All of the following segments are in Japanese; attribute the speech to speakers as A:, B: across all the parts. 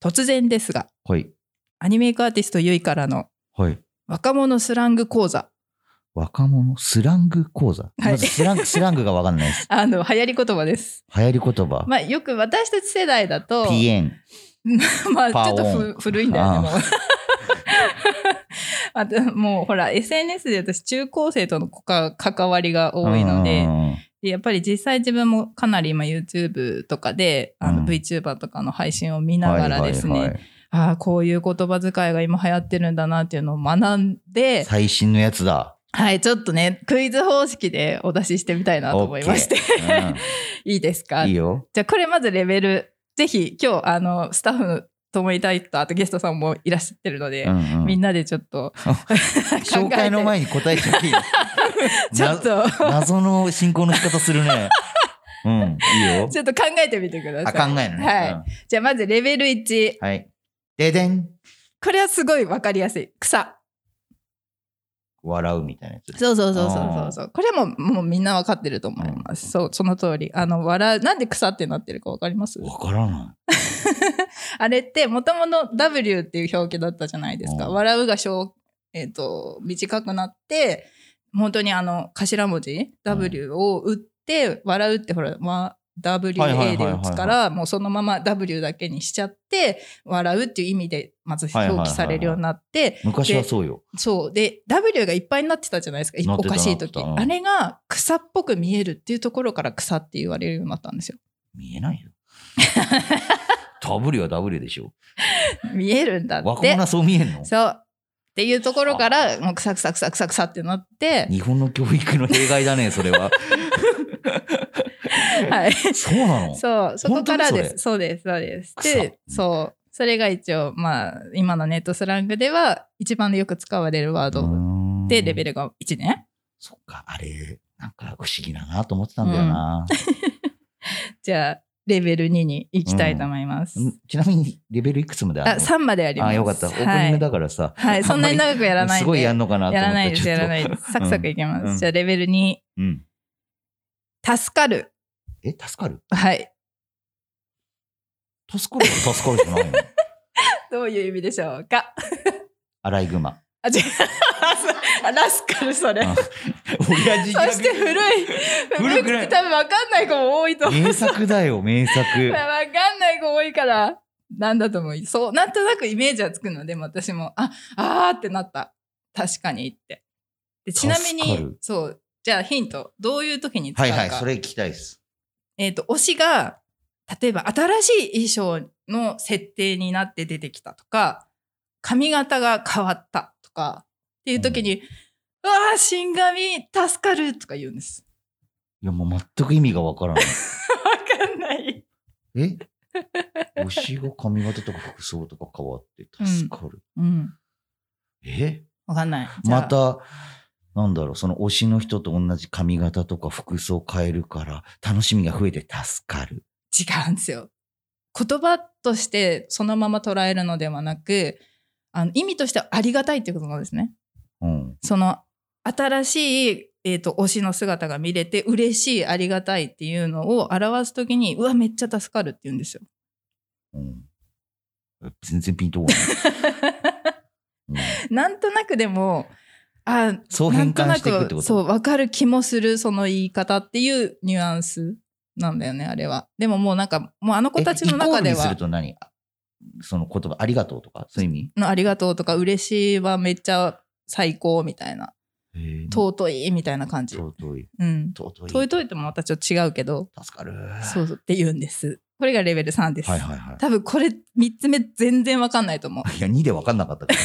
A: 突然ですが、
B: はい。
A: アニメイクアーティストゆいからの
B: はい。
A: 若者スラング講座。
B: 若者スラング講座。
A: はい
B: まずスラン グ、スラングがわかんないです。
A: あの、流行り言葉です。
B: 流行り言葉。
A: まあ、よく私たち世代だと、
B: ピエン。
A: まあ、
B: パ
A: ちょ
B: オ
A: っ
B: ン
A: とふ古いんだよね、
B: あー
A: もう。 あともうほら SNS で私中高生とのこか関わりが多いので
B: うんうんうん
A: でやっぱり実際自分もかなり今 YouTube とかであ
B: う
A: の
B: ん
A: VTuber とかの配信を見ながらですね、
B: はいはいはい
A: ああこういう言葉遣いが今流行ってるんだなっていうのを学んで、
B: 最新のやつだ。
A: はい、ちょっとねクイズ方式でお出ししてみたいなと思いまして いいです
B: う
A: か
B: んいいよ。
A: じゃあこれまずレベルぜひ今日あのスタッフの友にタイとあとゲストさんもいらっしゃってるので、
B: うんうん
A: みんなでちょっと考えて
B: 紹介の前に答えちゃっていいよ
A: ちょっ
B: な
A: と
B: 謎の進行の仕方するね。うん、いいよ。
A: ちょっと考えてみてくだ
B: あ、
A: さい
B: 考えるね。
A: はい
B: うん
A: じゃあまずレベル1
B: はい。ででん。
A: これはすごいわかりやすい草
B: 笑うみたいなやつ。
A: そうそうそうそうそうそうこれはもうもうみんなわかってると思います、そうその通りあの笑うなんで草ってなってるかわかります
B: わからな
A: あれってもともと W っていう表記だったじゃないですか。
B: うん
A: 笑うが小、えっと短くなって本当にあの頭文字 W を打って、笑うってほら、ま、
B: はいはい
A: WA
B: はい
A: で
B: はい
A: 打つからもうそのまま W だけにしちゃって笑うっていう意味でまず
B: はいはい
A: 表
B: はい
A: 記
B: はい
A: されるようになって
B: い。昔はそうよ。
A: そうで W がいっぱいになってたじゃないですかい
B: なっ
A: お
B: てた
A: かしい時、
B: なってたうん
A: あれが草っぽく見えるっていうところから草って言われるようになったんですよ。
B: 見 えないよ。W は W でしょ。
A: 見えるんだって。
B: 若者はそう見えんの
A: そう。っていうところから、もうくさくさくさくさくさってなって、
B: 日本の教育の弊害 だね、それは。
A: はい。
B: そうなの
A: そう、そこからで
B: 本当にそれ
A: す。そうです、そうです。
B: 草
A: で、そう。それが一応、まあ、今のネットスラングでは、一番よく使われるワー
B: うー
A: ド
B: ん
A: で、レベルが1ね。
B: そっか、あれ、なんか不思議だなと思ってたんだよな。
A: じゃあ、レベル2に行きたいと思います。
B: んちなみに、レベルいくつまで
A: あ、
B: あるの
A: 3まであります。
B: あ、よかった。オープニングだからさ、
A: はい。はい、そんなに長くやらないんで。
B: すごいやんのかなと思
A: や
B: った
A: らないです、やら
B: い。
A: ないです。サクサクいきます。
B: うん
A: じゃあ、レベル2、
B: うん。
A: 助かる。
B: え、助かる
A: はい。
B: 助かるは助かるじゃないの
A: どういう意味でしょうか。
B: アライグマ。
A: あ、違う。 ラスカル、それ
B: あ。親父
A: そして古い。
B: 古
A: 古
B: くない
A: くて多分わかんない子も多いと思う。
B: 名作だよ、名作。
A: わかんない子多いから、なんだと思う。そう、なんとなくイメージはつくので、私も、あ、あーってなった。確かにって。でちなみ
B: 助か
A: に
B: る、
A: そう、じゃあヒント。どういう時に使
B: は
A: う
B: い
A: か。
B: はい、それ聞きたいです。
A: えっ、と、推しが、例えば新しい衣装の設定になって出てきたとか、髪型が変わったとか、っていう時に、うわー、新髪、助かるとか言うんです。
B: いや、もう全く意味がわからない。
A: わかんない。
B: え推しが髪型とか服装とか変わって助かる。
A: うん。
B: え
A: わかんない。じゃあ
B: ま。た、なんだろう、その推しの人と同じ髪型とか服装変えるから、楽しみが増えて助かる。
A: 違うんですよ。言葉としてそのまま捉えるのではなく、あの意味としてはありがたいっていうことなんですね。
B: うん。
A: その新しい、えー、と推しの姿が見れて嬉しいありがたいっていうのを表すときにうわめっちゃ助かるって言うんですよ。
B: うん、全然ピンとこない。 うん
A: なんとなくでもあ
B: そう変換していくって
A: なんとな
B: こと
A: くそう分かる気もするその言い方っていうニュアンスなんだよねあれは。でももうなんかもうあの子たちの中で
B: えイコールにす
A: は
B: ると何その言葉、ありがとうとか、そういう意味
A: のありがとうとか嬉しいはめっちゃ最高みたいな
B: へー
A: 尊いみたいな感じ、
B: 尊い。
A: うん、
B: 尊い。
A: 尊いといってもまたちょっと違うけど
B: 助かる。
A: そうそうって言うんですこれがレベル3です、
B: はいはいは
A: 多分これ3つ目全然わかんないと 思
B: い。いや、2で分かんなかったからね。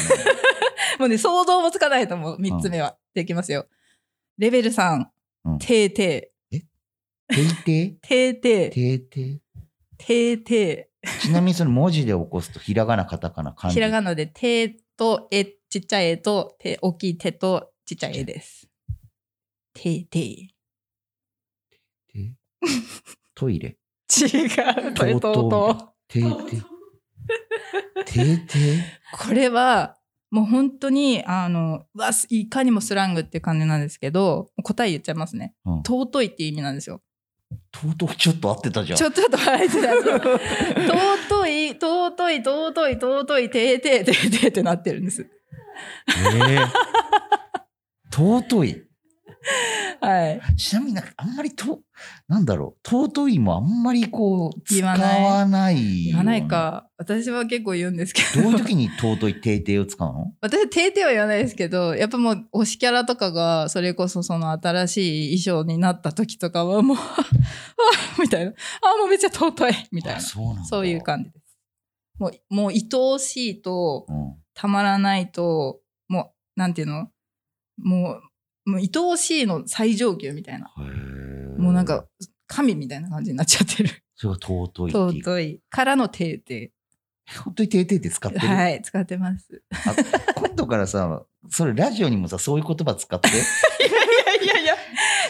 A: うもうね想像もつかないと思う3つ目は、できますよレベル3
B: うん
A: ていて
B: ていてい
A: いていてい
B: ていてい
A: ていて
B: ちなみにその文字で起こすと、ひらがな、カタカナ、
A: い
B: 漢字。
A: ひらがなでていとえちっちゃいえとて大きい手とちっちゃいえですていてい
B: てトイレ。
A: 違 うこれとうとう
B: ていてい。ていてい。
A: これはもう本当にあのうわいかにもスラングっていう感じなんですけど答え言っちゃいますね
B: うん
A: 尊いっていう意味なんですよ
B: とうとうちょっと合ってたじゃん。
A: ちょっとちょっと笑えてた尊い尊尊い、尊い、尊い、てーてーてーてーってなってるんです。
B: ええ尊い。
A: はい。
B: ちなみになんかあんまりと、なんだろう、尊いもあんまりこう、使
A: 言わ
B: わ
A: ない
B: ない。
A: 言わない。か。私は結構言うんですけ
B: どう
A: ど。
B: いう時に尊い、定定を使うの
A: 私はてーてーは言わないですけど、やっぱもう推しキャラとかが、それこそその新しい衣装になった時とかはもう、あ みたいな。あもうめっちゃ尊いみたい
B: あ
A: な。
B: そうなんだ
A: そういう感じです。もう、もう愛おしいと、
B: うん。
A: たまらないと、もう、なんていうのもう、もう愛おしいの最上級みたいな。
B: へー
A: もうなんか、神みたいな感じになっちゃってる。
B: それが尊いっていう。
A: 尊い。からのてーて
B: 尊い、定定って使って
A: ー。
B: る。
A: はい、使ってます。
B: あ今度からさ、それラジオにもさ、そういう言葉使 って。
A: いやいやいや、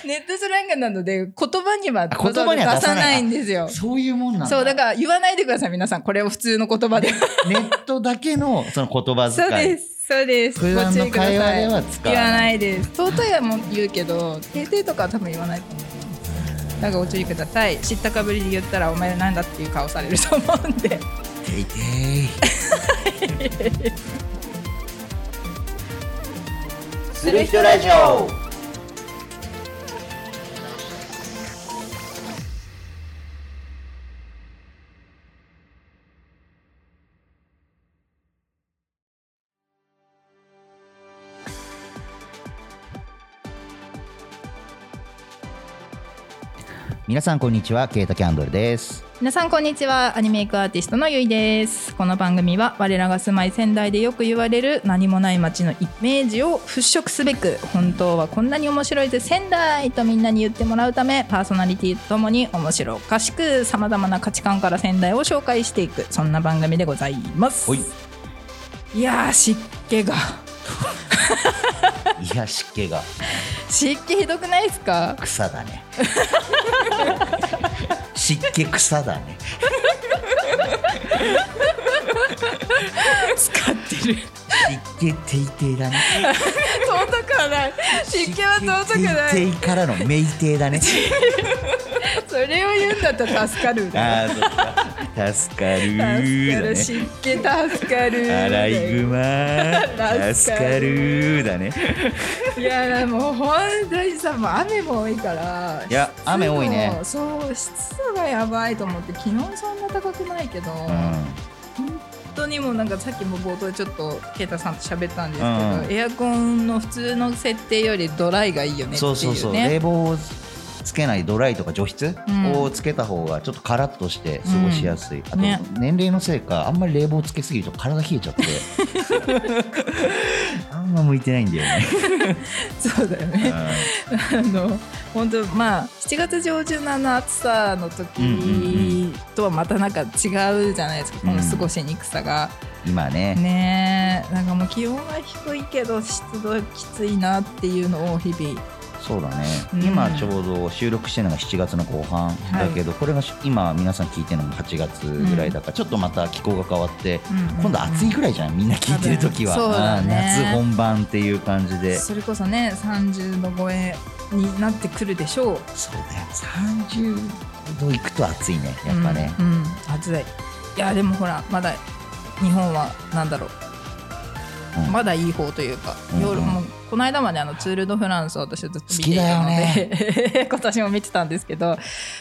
A: ネットスラングなので、言葉には
B: あ言葉には
A: 出
B: 出さ
A: さ
B: な
A: ないいんですよ。
B: そういうもんなんだ。
A: そう、だから言わないでください、皆さん。これを普通の言葉 で。
B: ネットだけのその言葉遣
A: そ
B: い。
A: うです、そうです。
B: 普
A: ご
B: 段
A: 注
B: の
A: 意くだ
B: 会話
A: さい
B: で。は使
A: 言
B: わ
A: わ
B: ない。
A: ないです。尊いはもう言うけど、てーてーとかは多分言わないと思います。なんかご注意ください。知ったかぶりで言ったら、お前なんだっていう顔されると思うんで。
B: 定定。する人ラジオ皆さんこんにちはケイトキャンドルです
A: 皆さんこんにちは。アニメイクアーティストのゆいです。この番組は、我らが住まい仙台でよく言われる何もない街のイメージを払拭すべく、本当はこんなに面白いぜ仙台とみんなに言ってもらうため、パーソナリティとともに面白おかしく、様々な価値観から仙台を紹介していく、そんな番組でございます。
B: はい
A: いやー湿気が
B: いや湿気が
A: 湿気ひどくないです か
B: 草だね湿気草だね
A: 使ってる
B: 湿気ていていだね
A: 尊くはない湿気は尊くな
B: て
A: い
B: いからのめいてい だね
A: それを言うんだったら助かる
B: ああそっか助かる
A: 助か
B: ーだ
A: る
B: ね
A: 湿気助かる
B: アライグ マ助
A: 助
B: か
A: か
B: る
A: る
B: ーだね
A: いやもう本当にさもう雨も多いから
B: いや
A: 湿度
B: 雨多いね
A: そう湿度がやばいと思って昨日そんな高くないけど、本
B: う
A: 当にもうなんかさっきも冒頭でちょっと啓太さんと喋ったんですけど、
B: うん
A: エアコンの普通の設定よりドライがいいよね
B: ん
A: っていうね
B: そうそうそう冷房をつけないドライとか除湿
A: うん
B: をつけた方がちょっとカラッとして過ごしやすい、あと
A: ね
B: 年齢のせいかあんまり冷房つけすぎると体冷 えちゃってあんま向いてないんだよね、
A: そうだよ
B: う
A: ね
B: ん
A: あの本当まあ7月上旬のあの暑さの時、
B: うん
A: とはまたなんか違うじゃないですかこの過ごしにくさが、
B: 今ね
A: ねえなんかもう気温は低いけど湿度きついなっていうのを日々
B: そうだね、
A: うん
B: 今ちょうど収録してるのが7月の後半だけど、これが今皆さん聞いてるのも8月ぐらいだから、ちょっとまた気候が変わって、今度暑いぐらいじゃんみんな聞いてる時は、
A: そうだね
B: あー夏本番っていう感じで
A: それこそね30度超えになってくるでしょう
B: そうだよ30度いくと暑いねやっぱね、
A: うん、うん暑いいやでもほらまだ日本はなんだろう、
B: うん
A: まだいい方というか、
B: うんうん
A: 夜もこの間まであのツール・ド・フランスを私はずっと見ていたので、 今年も見てたんですけど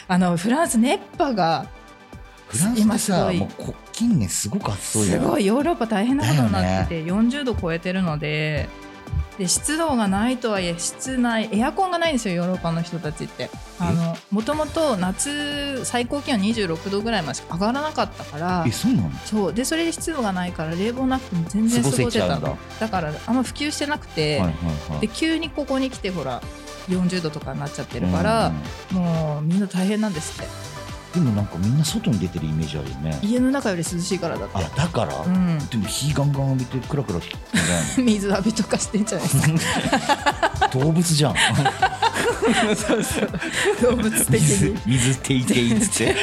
A: あのフランス熱波が
B: フランスってさ
A: 今すごい
B: もうこ近年すごく暑そうじ
A: す
B: ゃん
A: ごいヨーロッパ大変なことになってて、40度超えてるのでで湿度がないとはいえ室内エアコンがないんですよヨーロッパの人たちってあのもともと夏最高気温26度ぐらいまでしか上がらなかったから
B: えそうなの
A: そうでそれで湿度がないから冷房なくても全然過ごせて
B: 過ごせちゃ
A: た
B: うん
A: の
B: だ
A: だからあんま普及してなくて、
B: はいはいはい
A: で急にここに来てほら40度とかになっちゃってるから、
B: う
A: もうみんな大変なんですって
B: んでもなんかみんな外に出てるイメージあるよね
A: 家の中より涼しいからだって
B: あだから、
A: うん
B: でも火ガンガン浴びてクラクラしてんじゃないの
A: 水浴びとかしてんじゃない
B: 動物じゃん
A: そうそう動物的
B: 水
A: に
B: 水ていていっつって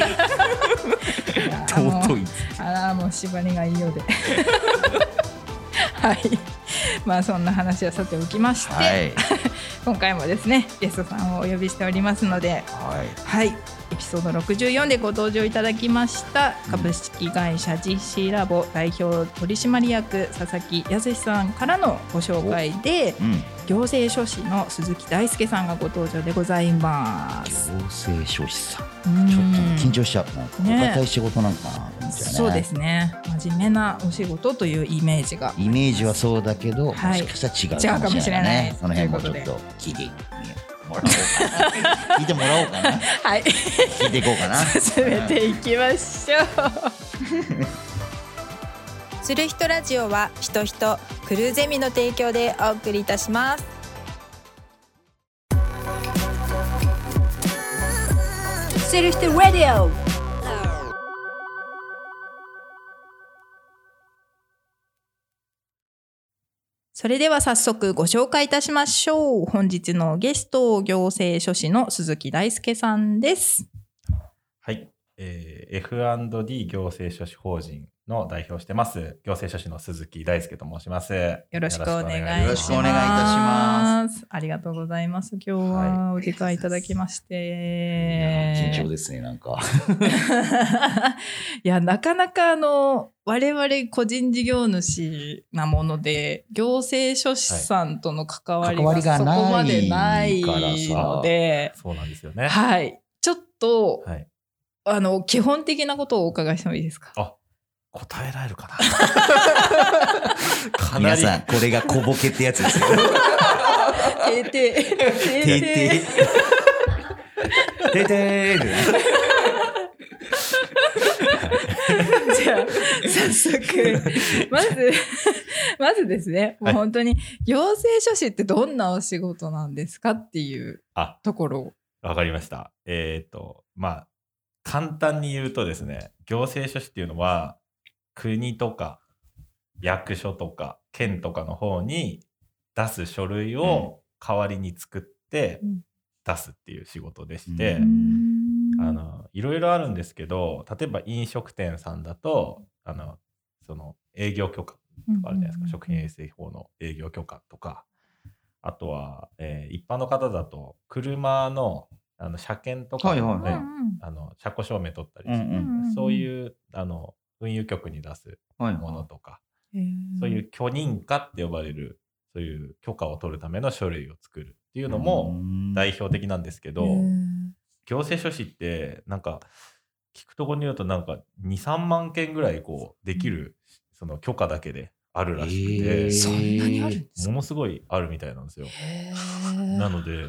B: 尊いっつって
A: あらもう縛りがいいようではいまあそんな話はさておきまして、
B: はい
A: 今回もですねゲストさんをお呼びしておりますので
B: はい
A: はいエピソード64でご登場いただきました株式会社 GC ラボ代表取締役佐々木康さんからのご紹介で
B: うん、
A: 行政書士の鈴木大輔さんがご登場でございます。
B: 行政書士さん
A: うん
B: ちょっと緊張しちゃうな
A: ね
B: 硬い仕事なんかなみたいな
A: そうですね真面目なお仕事というイメージが
B: イメージはそうだけど、
A: はい
B: もしかしたら違うかもしれないね
A: 違う
B: そ
A: か
B: の
A: もしれない
B: 辺もちょっと聞いてもらおうかな聞いてもらおうかな
A: はい
B: 聞いていこうかな
A: 進めていきましょう。
C: する人ラジオは人人クルーゼミの提供でお送りいたします
D: セルフテラディオ
A: それでは早速ご紹介いたしましょう。本日のゲスト、行政書士の鈴木大輔さんです。
E: はい、えー F&D 行政書士法人の代表をしてます行政書士の鈴木大輔と申します
A: よろしくお願いします。。
B: よろしくお願いいたします
A: ありがとうございます。今日はお時間いただきまして。
B: 緊張ですねなんか
A: いや、なかなかあの、我々個人事業主なもので、行政書士さんとの関わり
B: はい
A: がそこまでない
B: 関わりがないからさ
A: ので、
E: そうなんですよね
A: はい。ちょっと、
E: はい
A: あの、基本的なことをお伺いしてもいい ですか
E: 答えられるかなかな
B: 皆
E: り
B: さんこれが小ボケってやつ ですよ
A: 定定。
B: ててててー
A: じゃあ、早速、まず、 まずですね、もう
E: はい
A: 本当に、行政書士ってどんなお仕事なんですかっていう
E: あ
A: ところを。
E: わかりましたえっ、とまあ簡単に言うとですね行政書士っていうのは国とか役所とか県とかの方に出す書類を代わりに作って
A: うん
E: 出すっていう仕事でして、
B: うん
E: あのいろいろあるんですけど例えば飲食店さんだとあのその営業許可とかあるじゃないですか、食品衛生法の営業許可とかあとは、えー一般の方だと車のあの車検とか、
B: はいはい
A: うんう
B: はい
A: んうん
E: あの車庫証明取ったり
B: うんう
E: する、
B: ん
E: そういうあの運輸局に出す
B: はい
E: ものとか、
A: へー
E: そういう許認可って呼ばれるそういう許可を取るための書類を作るっていうのも代表的なんですけど。
A: うん
E: 行政書士ってなんか聞くところによるとなんか23万件ぐらいこうできるその許可だけであるらしく
B: えー
E: て、
A: そんなにあるんです
E: も
A: か
E: のすごいあるみたいなんですよ。
A: へ
E: な
A: ー
E: ので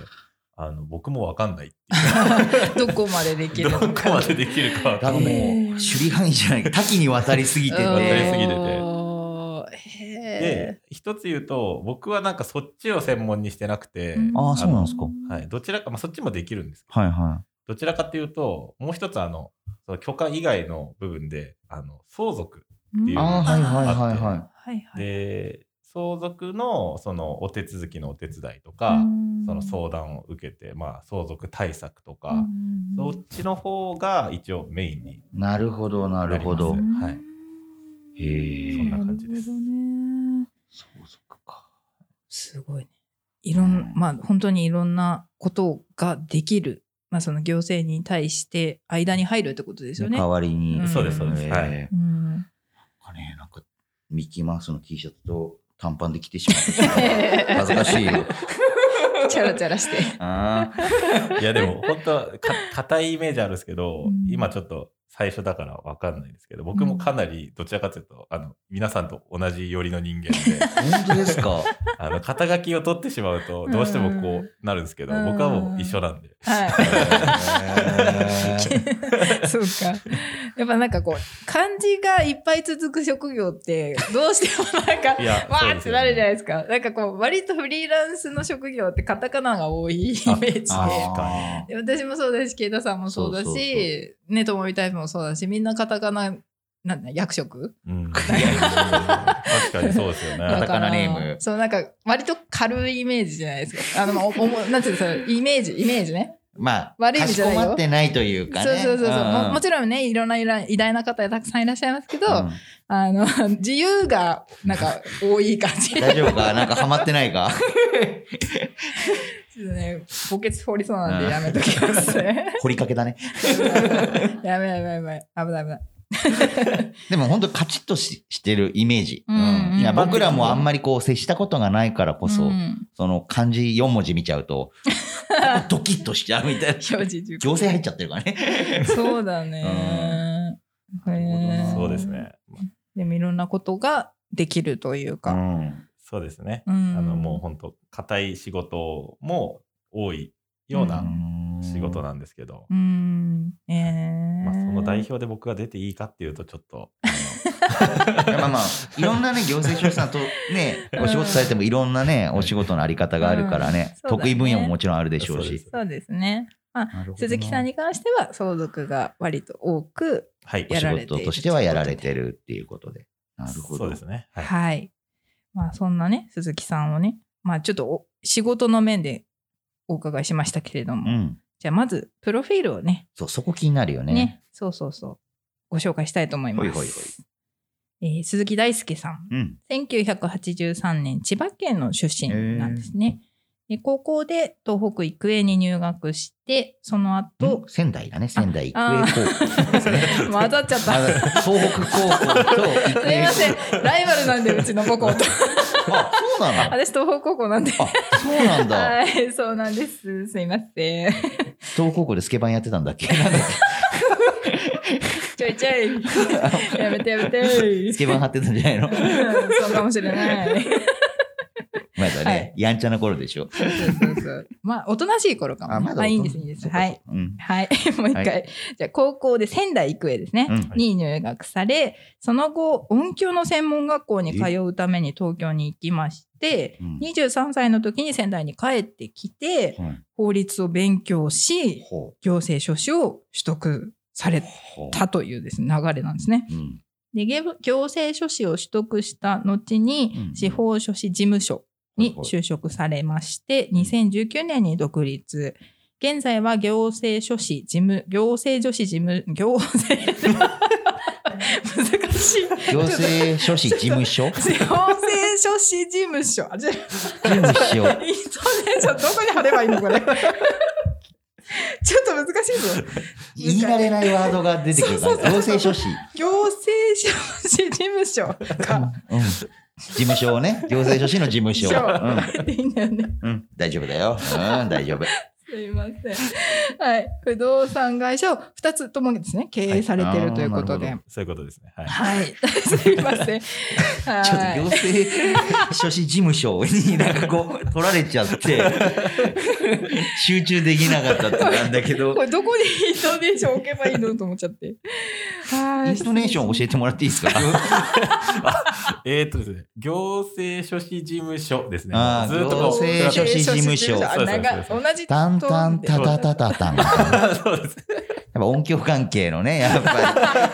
E: あの僕もわかんないって
A: どこまででき
E: いう
A: る
E: ど
A: の
E: こ
A: か
E: までできるかわか
B: あ
E: ん
B: の
E: ない。
B: もう首里範囲じゃないか多岐にわたりすぎてて
E: わたりすぎてて
A: おーへ
E: で一つ言うと僕はなんかそっちを専門にしてなくて、
A: うん
B: ああそうなんですか
E: はい、どちらか、まあ、そっちもできるんですけど
B: はいは
E: どちらかというともう一つあのその許可以外の部分であの相続
A: ー
E: ってい
B: いうああはいはい
E: あ
B: は
E: って
B: いはい
A: はいはい
E: で相続のそのお手続きのお手伝いとか、その相談を受けて、まあ、相続対策とか、そっちの方が一応メインに
B: なるほどなるほど
E: なりますはい
B: へえ
E: そんな感じです
A: なるほどね
B: 相続か
A: すごいね。いろん、まあ本当にいろんなことができる。まあその行政に対して間に入るってことですよね。
B: 代わりに、
A: うんそうですそう
E: です
B: えー
E: はい
A: うん、
B: なんかね、なんか、ミッキーマウスの T シャツと短パンで着てしま った。恥ずかしいよ。
A: チャラチャラして。
B: あー
E: いやでも本当はか硬いイメージあるんですけど、
A: うん
E: 今ちょっと最初だから分かんないですけど僕もかなりどちらかというとあの皆さんと同じ寄りの人間で
B: 本当ですか。
E: あの肩書きを取ってしまうとどうしてもこうなるんですけど、
A: うん
E: 僕はもう一緒なんで、
A: は
B: えー
A: い。そうか。やっぱなんかこう、漢字がいっぱい続く職業って、どうしてもなんか、
E: いや
A: わ
E: そう
A: ー
E: で
A: っ
E: す
A: て
E: よ
A: なるじゃない
E: ね
A: ですか。なんかこう、割とフリーランスの職業ってカタカナが多いイメージで。
B: あー
A: で私もそうだし、ケイタさんもそうだ
B: そうそうそ
A: し、ね、ともみタイプもそうだし、みんなカタカナ、なんだ、役職
E: うん、確かにそうです よね
A: だ
B: カ
A: か
B: タカ
A: ら
B: ナネーム
A: そう、なんか、割と軽いイメージじゃないですか。あの、おおも なんていうんですか、イメージ、イメージね。
B: まあ、
A: 悪い意
B: か
A: 味
B: し
A: じゃな
B: こ
A: いよ
B: まってないというかね。
A: そうそうそうそう、
B: ん
A: も。もちろんね、いろんな偉大偉大な方たくさんいらっしゃいますけど、
B: うん
A: あの、 自由 が、なんか、多い感じ。
B: 大丈夫かなんかハマってないか
A: ね、墓穴掘りそうなんでやめときますね。
B: 掘りかけだね。
A: やめやめやめ。危ない危ない。
B: でも本当カチッとししてるイメージ。
A: うんうん
B: いや僕らもあんまりこう接したことがないからこそ、
A: ん、
B: その漢字4文字見ちゃ うと、ドキッとしちゃうみたいな。行
A: 表示中
B: 政入っちゃってるからね。
A: そうだね。
B: なるほどな
E: そうです。ね。まあ
A: でもいろんなことができるという
B: う
A: か。
B: ん。
E: そうですね。
A: あ
E: あのもう本当硬い仕事も多いよう
B: う
E: なん仕事なんですけど、
A: うん。え
E: まあ、その代
A: 表
E: 表で僕が出ていいかっていうとちょっと
B: いやまあまあ、いろんなね、行政書士さんとね、お仕事されてもいろんなね、お仕事のあり方があるからね、
A: うんそうだね
B: 得意分野ももちろんあるでしょう
E: そうで
B: し
E: す。
A: そうですね。
B: なるほどな
A: 鈴木さんに関しては相続が割と多く、
E: はい
B: お
A: や
B: 仕
A: られている
B: 事としてはやられてるっていうことで。なるほど。
E: そうですね。
A: は、
E: はいい。
A: まあそんなね鈴木さんをね、まあちょっとお仕事の面でお伺いしましたけれど
B: う
A: も、
B: ん。
A: じゃあまずプロフィールをね、
B: そう、そこ気になるよ
A: ね
B: ね。
A: そうそうそうご紹介したいと思います。
B: ほいほいほ
A: えー鈴木大輔さん、
B: うん。
A: 1983年千葉県の出身なんですね。で高校で東北育英に入学してその後
B: と、仙台だね、仙台育英
A: ああ
B: 高校ですね。
A: 混ざっちゃっ
B: ま
A: た。
B: だ東北高校と育英 高校。
A: すいませんライバルなんでうちの母校と
B: あ、そうなの
A: 私東北高校なんで
B: あ、そうなんだ。
A: はいそうなんですすいません
B: 東北高校でスケバンやってたんだっけなんだっ
A: ちょいちょ いやめてやめて
B: けスケバン張ってたんじゃないの
A: うん そうかもしれない
B: まだね、
A: はい
B: やんちゃな頃でしょ。
A: そうそうそうまあおとなしい頃かも、ね、まあいいんですいいんです
B: そうか
A: はい
B: そうかうん。
A: はい もう一回、
B: はい
A: じゃあ高校で仙台育英ですね、
B: うん。
A: に入学されその後音響の専門学校に通うために東京に行きまして
B: うん
A: 23歳の時に仙台に帰ってきて
B: うん
A: 法律を勉強し
B: ほう。
A: 行政書士を取得され
B: ほ
A: たというですね流れなんですね。
B: う。うん。
A: でげ行政書士を取得した後
B: うん
A: に司法書士事務所に就職されまして2019年に独立現在は行政書士事務行政女子事務行政 難しい
B: 行政書士事 務所事
A: 行政書士事務所あじゃ
B: 務所。
A: イントネーションどこに貼ればいいのこれ ちょっと難しいぞ
B: 言い慣れないワードが出てくるから、行政書士。
A: 行政書士事務所か
B: うん。事務所をね、行政書士の事務所。うん。
A: 書 でいいんだよね
B: うん、大丈夫だよ。うん、大丈夫。
A: すいません。はい。不動産会社を2つともですね、経営されてるということで。
E: そういうことですね。はい。
A: はい。 すいません。
B: ちょっと行
A: は
B: 政書士事務所になんかこう取られちゃ って、集中できなかったってなんだけ
A: い。
B: ど
A: こ、れどこにイントネーション置けばいいのと思っちゃって。はい。
B: イントネーション教えてもらっていいですか
E: えーっとですね、行政書士事務所ですね。
B: あー
E: ずーっとこう
B: 行政書士事務所
A: あ長い
E: そ
A: 同
E: う
A: じ
B: タンタンタタタタタン。やっ
E: そうです。
B: ぱ音響関係のね、やっぱ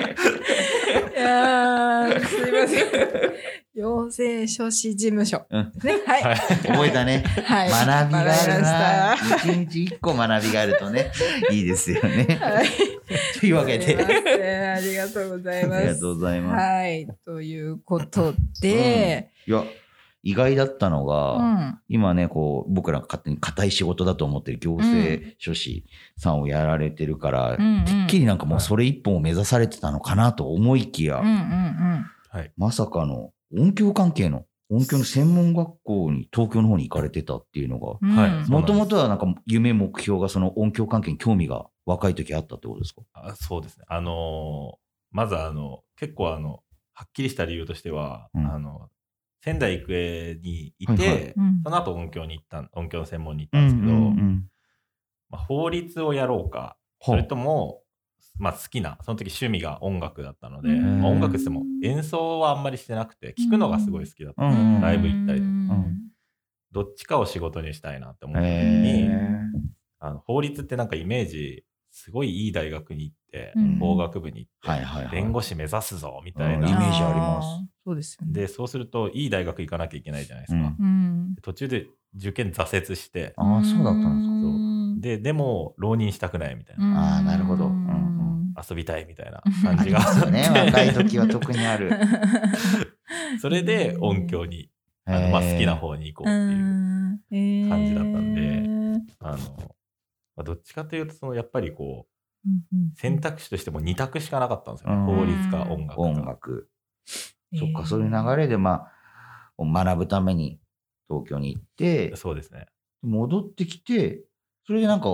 A: いやーすいません。 行政書士事務所
B: うん
A: ですね。はい。
E: はい
B: り覚えたね。
A: はい。
B: 学びがあるな。
A: 学びまし
B: 一日一個学びがあるとね、いいですよね
A: た。はい。
B: というわけ
A: すいま
B: で、
A: せんありがとうござ
B: あ
A: い
B: り
A: ま
B: が
A: す
B: と。うございます。
A: はい。ということで、
B: いや、意外だったの
A: う
B: が、
A: ん。
B: 今ねこう僕らが勝手に硬い仕事だと思ってる行政書士さんをやられてるから、
A: うんうん
B: てっきりなんかもうそれ一本を目指されてたのかなと思いきや、
A: うんうん
E: はい。
B: まさかの音響関係の音響の専門学校に東京の方に行かれてたっていうのが
A: うん。
E: はい
A: うん
E: そうなん
B: も
E: です
B: ともとはなんか夢目標がその音響関係に興味が若い時あったってことですか
E: あそうですね。あのーまずあの、結構あの、はっきりした理由としては、
B: うん
E: あの、仙台育英にいて、
B: はいはい
A: うん
E: その後音響に行ったん、音響の専門に行ったんですけど、まあ、法律をやろうか、それとも、まあ、好きな、その時趣味が音楽だったので、
A: うん
E: まあ音楽っつっても演奏はあんまりしてなくて、聞くのがすごい好きだった。
B: うんうん
E: ライブ行ったりとか
A: うん
E: どっちかを仕事にしたいなって思った時に、
B: へ
E: あの法律ってなんかイメージ、すごいいい大学に行って、
A: うん
E: 法学部に行って、
B: はいはいはい
E: 弁護士目指すぞみたい
B: うんイメ
E: な、
B: ージあります
A: ーそうですよね。
E: でそうするといい大学行かなきゃいけないじゃないですか、
B: うん
A: うん。
E: 途中で受験挫折して
B: ああそうだったんですか
A: ん
E: ででも浪人したくないみたいな、
A: うん
B: あーなるほどうんう
E: 遊びたいみたいな感
B: あ
E: じ
B: り
E: が
B: ますよね
E: あって
B: 若い時は特にある
E: それで音響に あのまあ、好きな方に行こうっていう感じだったんであの、まあ、どっちかというとそのやっぱりこう選択肢としても2択しかなかったんですよね、
B: うん
E: 法律か音楽か
B: 音楽。そっか、そういう流れで、まあ、学ぶために東京に行って、
E: そうですね
B: 戻ってきて、それでなんか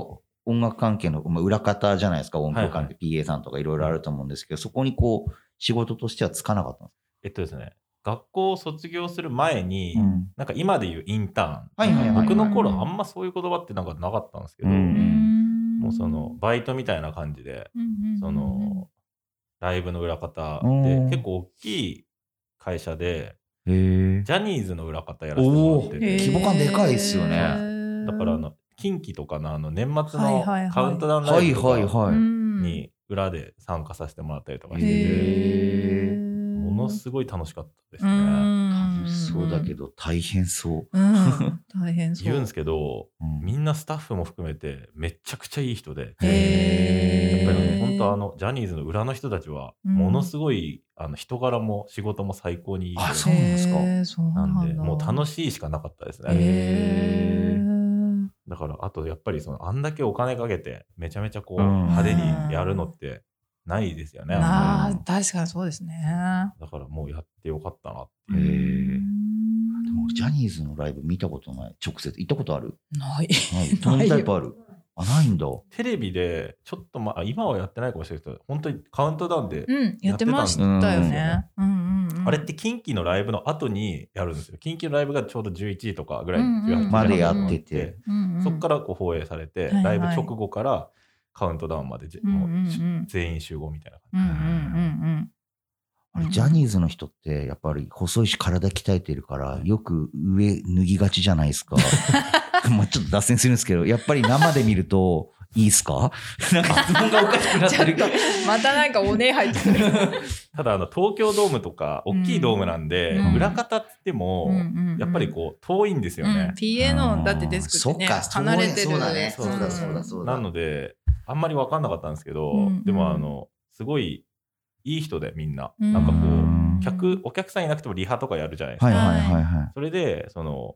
B: 音楽関係の、まあ、裏方じゃないですか、音響
E: はい
B: 関
E: は
B: 係、PA さんとかいろいろあると思うんですけど、そこにこう、仕事としてはつかなかったんです
E: えっとですね学校を卒業する前に、
B: か、うん
E: なんか今でいうインターン、
B: はいはいはいはい
E: 僕の頃あんまそういう言葉ってなんかなかったんですけど、
B: うん
E: もうそのバイトみたいな感じで、そのライブの裏
B: う
E: 方で
B: ん
E: 結構大きい会社で
B: へえ。
E: ジャニーズの裏方やらせてもらって
B: おー
E: て
B: 規模感でかいっすよね
E: だからあの近畿とかのあの年末
A: はい
E: の
A: はいはい
E: カウントダウンラ
B: は
E: イ
B: い
E: ブ
B: はい
E: とか
B: はい。
E: に裏で参加させてもらったりとかしてて
B: へー
E: ものすごい楽しかったですね。
A: 楽
B: 楽しそうだけ
A: ど、
B: ど、大変そう。
A: うん、大変そう
E: 言うんですけど
B: うん
E: みんなスタッフも含めてめちゃくちゃいい人で
A: へー
E: やっぱり本当あのジャニーズの裏の人たちは
A: うん
E: ものすごいあの人柄も仕事も最高にいい人
B: あそうなんですか
A: へーそうな
E: なん
A: だ
E: んでもう楽しいしかなかったですね。
A: へー
E: だからあとやっぱりそのあんだけお金かけてめちゃめちゃこう
B: うん
E: 派手にやるのってないですよね。あんま
A: なあ確かにそうですね。
E: りだからもうやってよかったなって
B: へ
E: いう。
B: え。
A: うん
B: でもジャニーズのライブ見たことない。直接。行ったことある
A: ない。
B: ない。どのタイプあるあ、ないんだ。
E: テレビでちょっとまあ今はやってないかもしれないけど本当にカウントダウンで、
A: うん、やってましたよね。うんうんうん
E: あれっ。て近畿のライブの後にやるんですよ。近畿のライブがちょうど11時とかぐらい、
A: うんうん
E: 18時
B: までやってて。
A: うんうん
E: そこからこう放映されて、
A: はいはい
E: ライブ直後からカウントダウンまでじ、
A: うんうんうん
E: もうし全員集合みたいな感
A: うんうんうん
B: あ
A: う
B: れ
A: ん
B: ジャニーズの人って、やっぱり細いし体鍛えてるから、よく上脱ぎがちじゃないで すか。まあちょっと脱線するんですけど、やっぱり生で見ると、いいっ すかなんか質問がおかしくなってる。
A: うん。またなんかおね入ってくる。
E: じ。ただあの東京ドームとか大きいドームなんで、
A: うん
E: 裏方って言っても、やっぱりこう遠いんですよね。
A: PA のだってデスクってね
B: あーそっか
A: 離れてる
B: そうだねそう
E: だそうだ
B: そうだ
E: なのであんまり分かんなかったんですけど、
A: うんうん
E: でもあのすごいいい人でみんな、
A: うん
E: なんかこ
B: うん
E: う客お客さんいなくてもリハとかやるじゃないですか、
B: はいはいはいはい。
E: それでその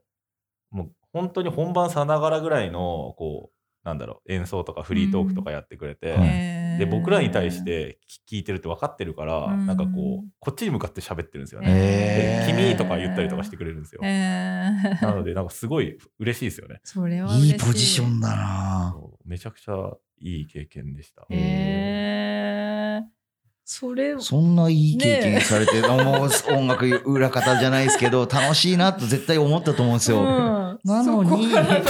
E: もう本当に本番さながらぐらいのこうなんだろう演奏とかフリートークとかやってくれて、
B: うんはい
E: で僕らに対して聞聞いてるって分かってるから、
A: うん
E: なんかこうこっちに向かって喋ってるんですよね、
B: へ
E: で
B: え
E: 君とか言ったりとかしてくれるんですよ、
A: えー
E: なのでなんかすごい嬉しいですよね
A: それは嬉し
B: いいポジションだな
E: そうめちゃくちゃいい経験でした、
A: へえーそれ
B: そんないい経
A: ねえ
B: 験されて、もう音楽裏方じゃないですけど、楽しいなと絶対思ったと思うんです
A: う
B: よ。
A: ん
B: なのに
A: そこからの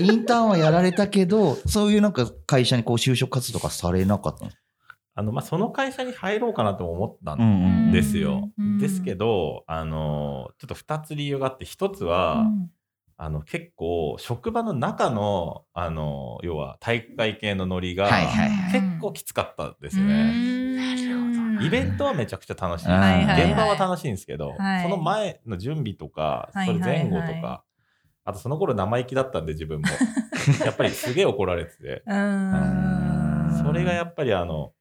B: インターンはやられたけど、そういうなんか会社にこう就職活動とかされなかったの
E: あのまあ、その会社に入ろうかなとも思った
B: うんんうん。
E: ですよ。
A: うん
E: ですけど、あのちょっと2つ理由があって1つは、あの結構職場の中の、あの要は体育会系のノリが
B: はいはいはい。
E: 結構きつかったんですよね。
A: な
E: イベントはめちゃくちゃ楽しい,、
B: はいはいはい
E: 現場は楽しいんですけど、
A: はい
E: その前の準備とかそ
A: はい
E: れ前後とか、
A: はいは
E: あとその頃生意気だったんで自分もやっぱりすげえ怒られてて
A: うん
E: それがやっぱりあの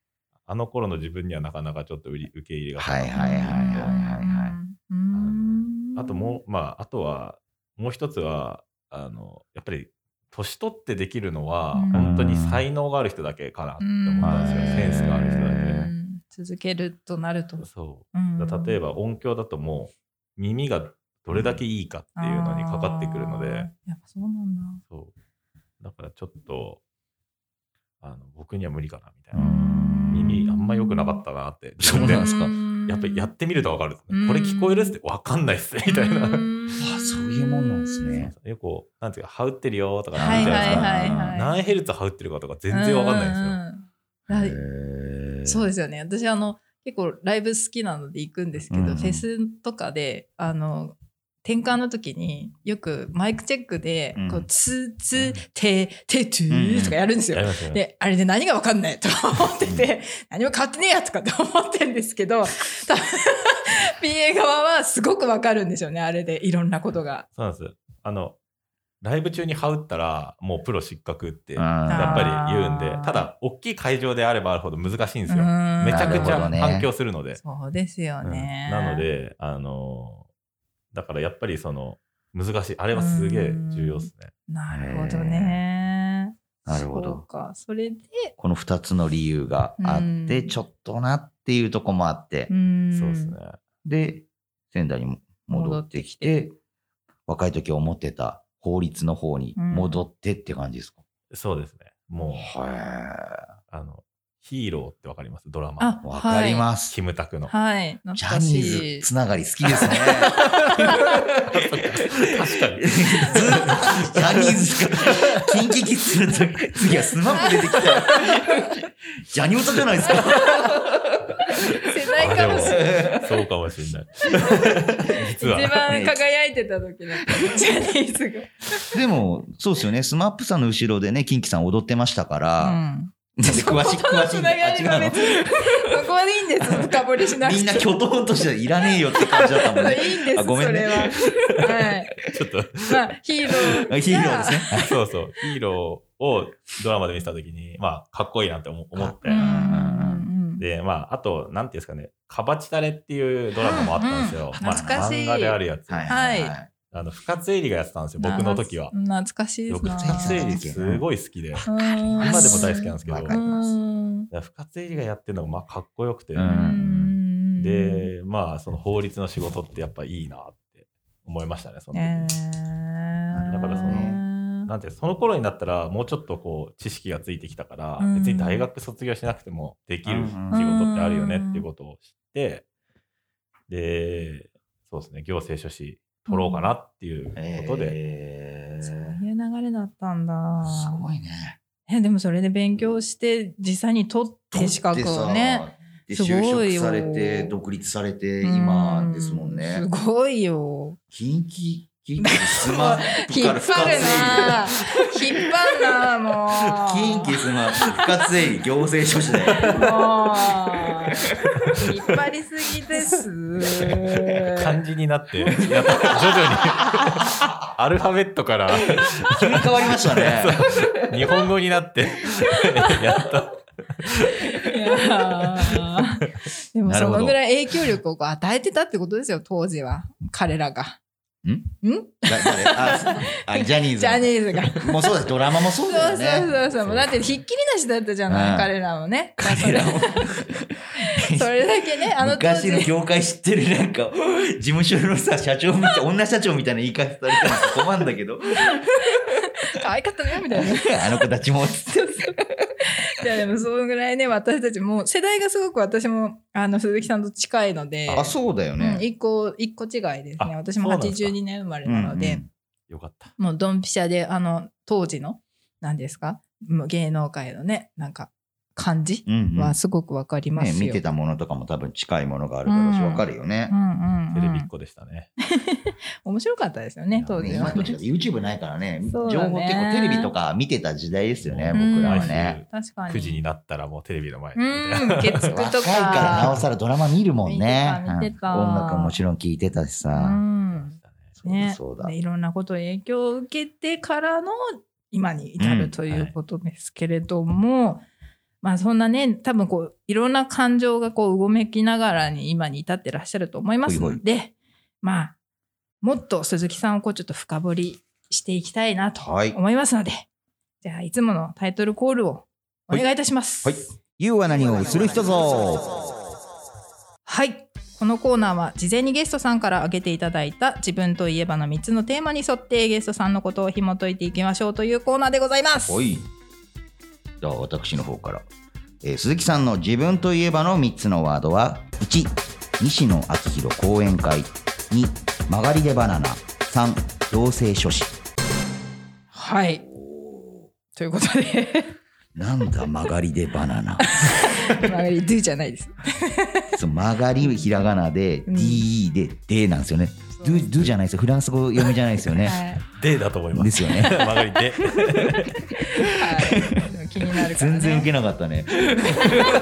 E: あの頃の自分にはなかなかちょっと売り受け入れがたか
B: は
E: っ
B: い
E: た
B: はいはいはいはい。
A: うん
E: あともう、まあ、あとは、もう一つは、あの、やっぱり、年取ってできるのは、
A: うん
E: 本当に才能がある人だけかなって思ったんですよ。
B: うん
E: センスがある人
A: う
E: だ
A: ん続けるとなると
E: け。そ
A: うん
E: う。だから例えば音響だともう、耳がどれだけいいかっていうのにかかってくるの
A: あー
E: で、
A: やっぱそうなんだ
E: そう。だからちょっと、あの、僕には無理かな、みたいうな。
B: ん
E: 耳あんま良くなかったなって。
B: そうなんですか
A: うん
E: やっぱりやってみるとわかるんですね、
A: うん
E: これ聞こえるっすってわかんないっすね、みたいな。
A: うん
B: あそういうもんなんですね
E: よくこう、なんていうか、ハウってるよとか
A: は
E: 言
A: いう
E: じゃ
A: は
E: ないです
A: い
E: か。
A: はいはい
E: 何ヘルツハウってるかとか全然わかんないんですよ。
A: うんうんうんだ
B: へー
A: そうですよね。私、あの、結構ライブ好きなので行くんですけど、
B: うんうん
A: フェスとかで、あの、転換の時によくマイクチェックで、
B: うん
A: こう、ツーツー、テー、テートゥーとかやるんですよ。
E: やりますよね。
A: で、あれで何がわかんないと思ってて、何も変わってねえやとかって思ってるんですけど、多分 PA 側はすごくわかるんですよね、あれで、いろんなことが。
E: そうなんです。あの、ライブ中にハウったら、もうプロ失格って、やっ
B: あ
E: ぱり言うんで、ただ、大きい会場であればあるほど難しいんですよ。
A: め
E: めちゃく
B: な
E: ち
B: るほど
E: ゃ
B: ね
E: 反響するので。
A: そうですよね。
E: うんなので、あのだからやっぱりその難しいあれはすげえ重要ですね。
A: なるほどね。
B: なるほ
A: そう
B: ど。
A: か。それで、
B: この2つの理由があっ
A: う
B: て、
A: ん
B: ちょっとなっていうとこもあって、
A: ん
E: そうですね。
B: で、仙台にも戻ってきて、若い時思ってた法律の方に戻ってって感じですか、
E: そうですね。もう
B: は
E: あのヒーローってわかりますドラマ
A: あ
B: い。わかり
A: す。
B: ます。
E: キムタクの。
A: はい。懐
B: ジャ
A: か
B: ニ
A: しい
B: ーズつながり好きですね。
E: 確かに
B: ず。ジャニーズから、キンキキッズの時次はスマップ出てきたよ。ジャニオタじゃないですか。
A: 世代かもしれない。
E: あでもそうかもしれない。
A: 一
E: 実は。
A: 番輝いてた時のジャニーズが。
B: でも、そうですよね。スマップさんの後ろでね、キンキさん踊ってましたから、なんで詳しい、詳しい
A: つ
B: ん
A: な
B: だ。
A: が
B: あ
A: り
B: 違
A: が
B: う
A: 別に。ここでいいんです。深掘りしなく
B: の
A: て。
B: みんな巨頭としてはいらねえよって感じだったもん ね。
A: いいんです、
B: あごめ
A: そ
B: んね
A: れは。はい。
E: ちょっと、
A: まあ、ヒーローが。
B: ヒーローですね。
E: そうそう。ヒーローをドラマで見せたときに、まあ、かっこいいなって思思って
A: う。ん。
E: で、まあ、あと、なんていうんですかね、カバチタレっていうドラマもあったんです
A: うんうん
E: よ。まあ、
A: 懐かしい
E: 漫画であるやつ。
B: はい
A: はい
B: はい。
E: あの、深津絵里がやってたんですよ、僕の時は。
A: 懐かしいです
E: 僕、
A: な。
E: 深津絵里すごい好きで、
A: うん
E: 今でも大好きなんですけど、
B: わ
E: だ
B: か
E: か
B: ります
E: ら深津絵里がやってるのが、まあ、かっこよくて
B: う、ん
A: うん。
E: で、まあ、その法律の仕事ってやっぱいいなって思いましたね、その時
A: ねえ。
E: だからその
A: の
E: なんてその頃になったらもうちょっとこう知識がついてきたから、
A: うん
E: 別に大学卒業しなくてもでき
B: う
E: る
B: ん
E: 仕事ってあるよねっていうことを知って、でそうですね行政書士取ろうかなっていうことで、
B: えー
A: そういう流れだったんだ。
B: すごいね。
A: えでもそれで勉強して実際に取って資格をね。
B: で。
A: す
B: 就
A: ごいよ
B: 職されて、独立されて、今ですもん
A: う
B: ね
A: す。ごいよ。
B: キンキ、キンキ、スマップ
A: 引っ張る
B: から深津絵
A: な。引っ張る
B: 里。キ
A: な
B: ン
A: もう。
B: キ、スマップ、深津絵里、行政書士で。
A: もう引っ張りすぎ です。
E: 漢字になってやっぱ徐々にアルファベットから
B: 急に変わりましたね。
E: 日本語になってやった
A: いやーでも
B: なる
A: そ
B: ほど
A: のぐらい影響力をこう与えてたってことですよ当時は彼らが。
B: ん
A: ん
B: だ誰 ああジャニーズ。
A: ジャニーズが。
B: もうそうだ、ドラマも
A: そ
B: そう
A: う
B: だ
A: そ
B: よ
A: う
B: ね。
A: そうそう。もうだってひっきりなしだったじゃない、
B: うん
A: 彼らもね。
B: 彼らも
A: それだけね、あの当
B: 昔
A: 時
B: の。業界知ってるなんか事務所のさ社長みたい女社長みたいな言い方されても困るんだけど
A: 可愛かったね、みた いな。い
B: あの子たちも
A: や、でもそのぐらいね、私たちも、世代がすごく私も、あの、鈴木さんと近いので、
B: そうだよ
A: うん、一個、一個違いです
E: あ
A: ね。私も
E: そうなんですか
A: 82年生まれなので、
E: よかった
A: もうドンピシャで、あの、当時の、何ですかもう芸能界のね、なんか、感じ
B: うんうん
A: はすごくわかります
B: ね
A: よ。、
B: 見てたものとかも多分近いものがあるからし
A: うん
B: わかるよね
A: う。んうん、
E: テレビっ
A: うん
E: 子でしたね、
A: 面白かったですよね、当時
B: ね
A: は
B: 今。と違って YouTube ないからね
A: そう
B: 情
A: だね
B: 報結構テレビとか見てた時代ですよね
A: うん
B: 僕らはね。
A: 確かに。
E: 9時になったらもうテレビの前
A: う
E: に
A: ん、月9
B: 若
A: と
B: いからなお
A: か。
B: さらドラマ見るもんね。
A: 見てた見てた
B: うん音楽ももちろん聴いてた
A: う
B: しさ。
A: ん。
B: そうだそうだ
A: ね、。いろんなこと影響を受けてからの今に至るということですけれども、まあそんなね多分こういろんな感情がこううごめきながらに今に至ってらっしゃると思いますのでまあもっと鈴木さんをこうちょっと深掘りしていきたいなと
B: はい。
A: 思いますので、じゃあいつものタイトルコールをお願いいたします。
B: はい。You は何をする人ぞ。
A: はい。このコーナーは事前にゲストさんから挙げていただいた自分といえばの3つのテーマに沿ってゲストさんのことを紐解いていきましょうというコーナーでございます。
B: はい。では私の方から、えー鈴木さんの自分といえばの3つのワードは1西野昭弘講演会2曲がりでバナナ3行政書士
A: はい。ということ で、
B: なんだ曲がりでバナ ナ
A: 曲がり do じゃないです。
B: そう曲がりひらがなで
A: うん
B: DE で D なんですよね、ドゥドゥじゃないですよフランス語読みじゃないですよね、
A: はい。
E: でだと思います
B: ですよね
E: 曲がりで
A: はい。でも気になるから、ね。
B: 全然受けなかったね
A: わかんないわかん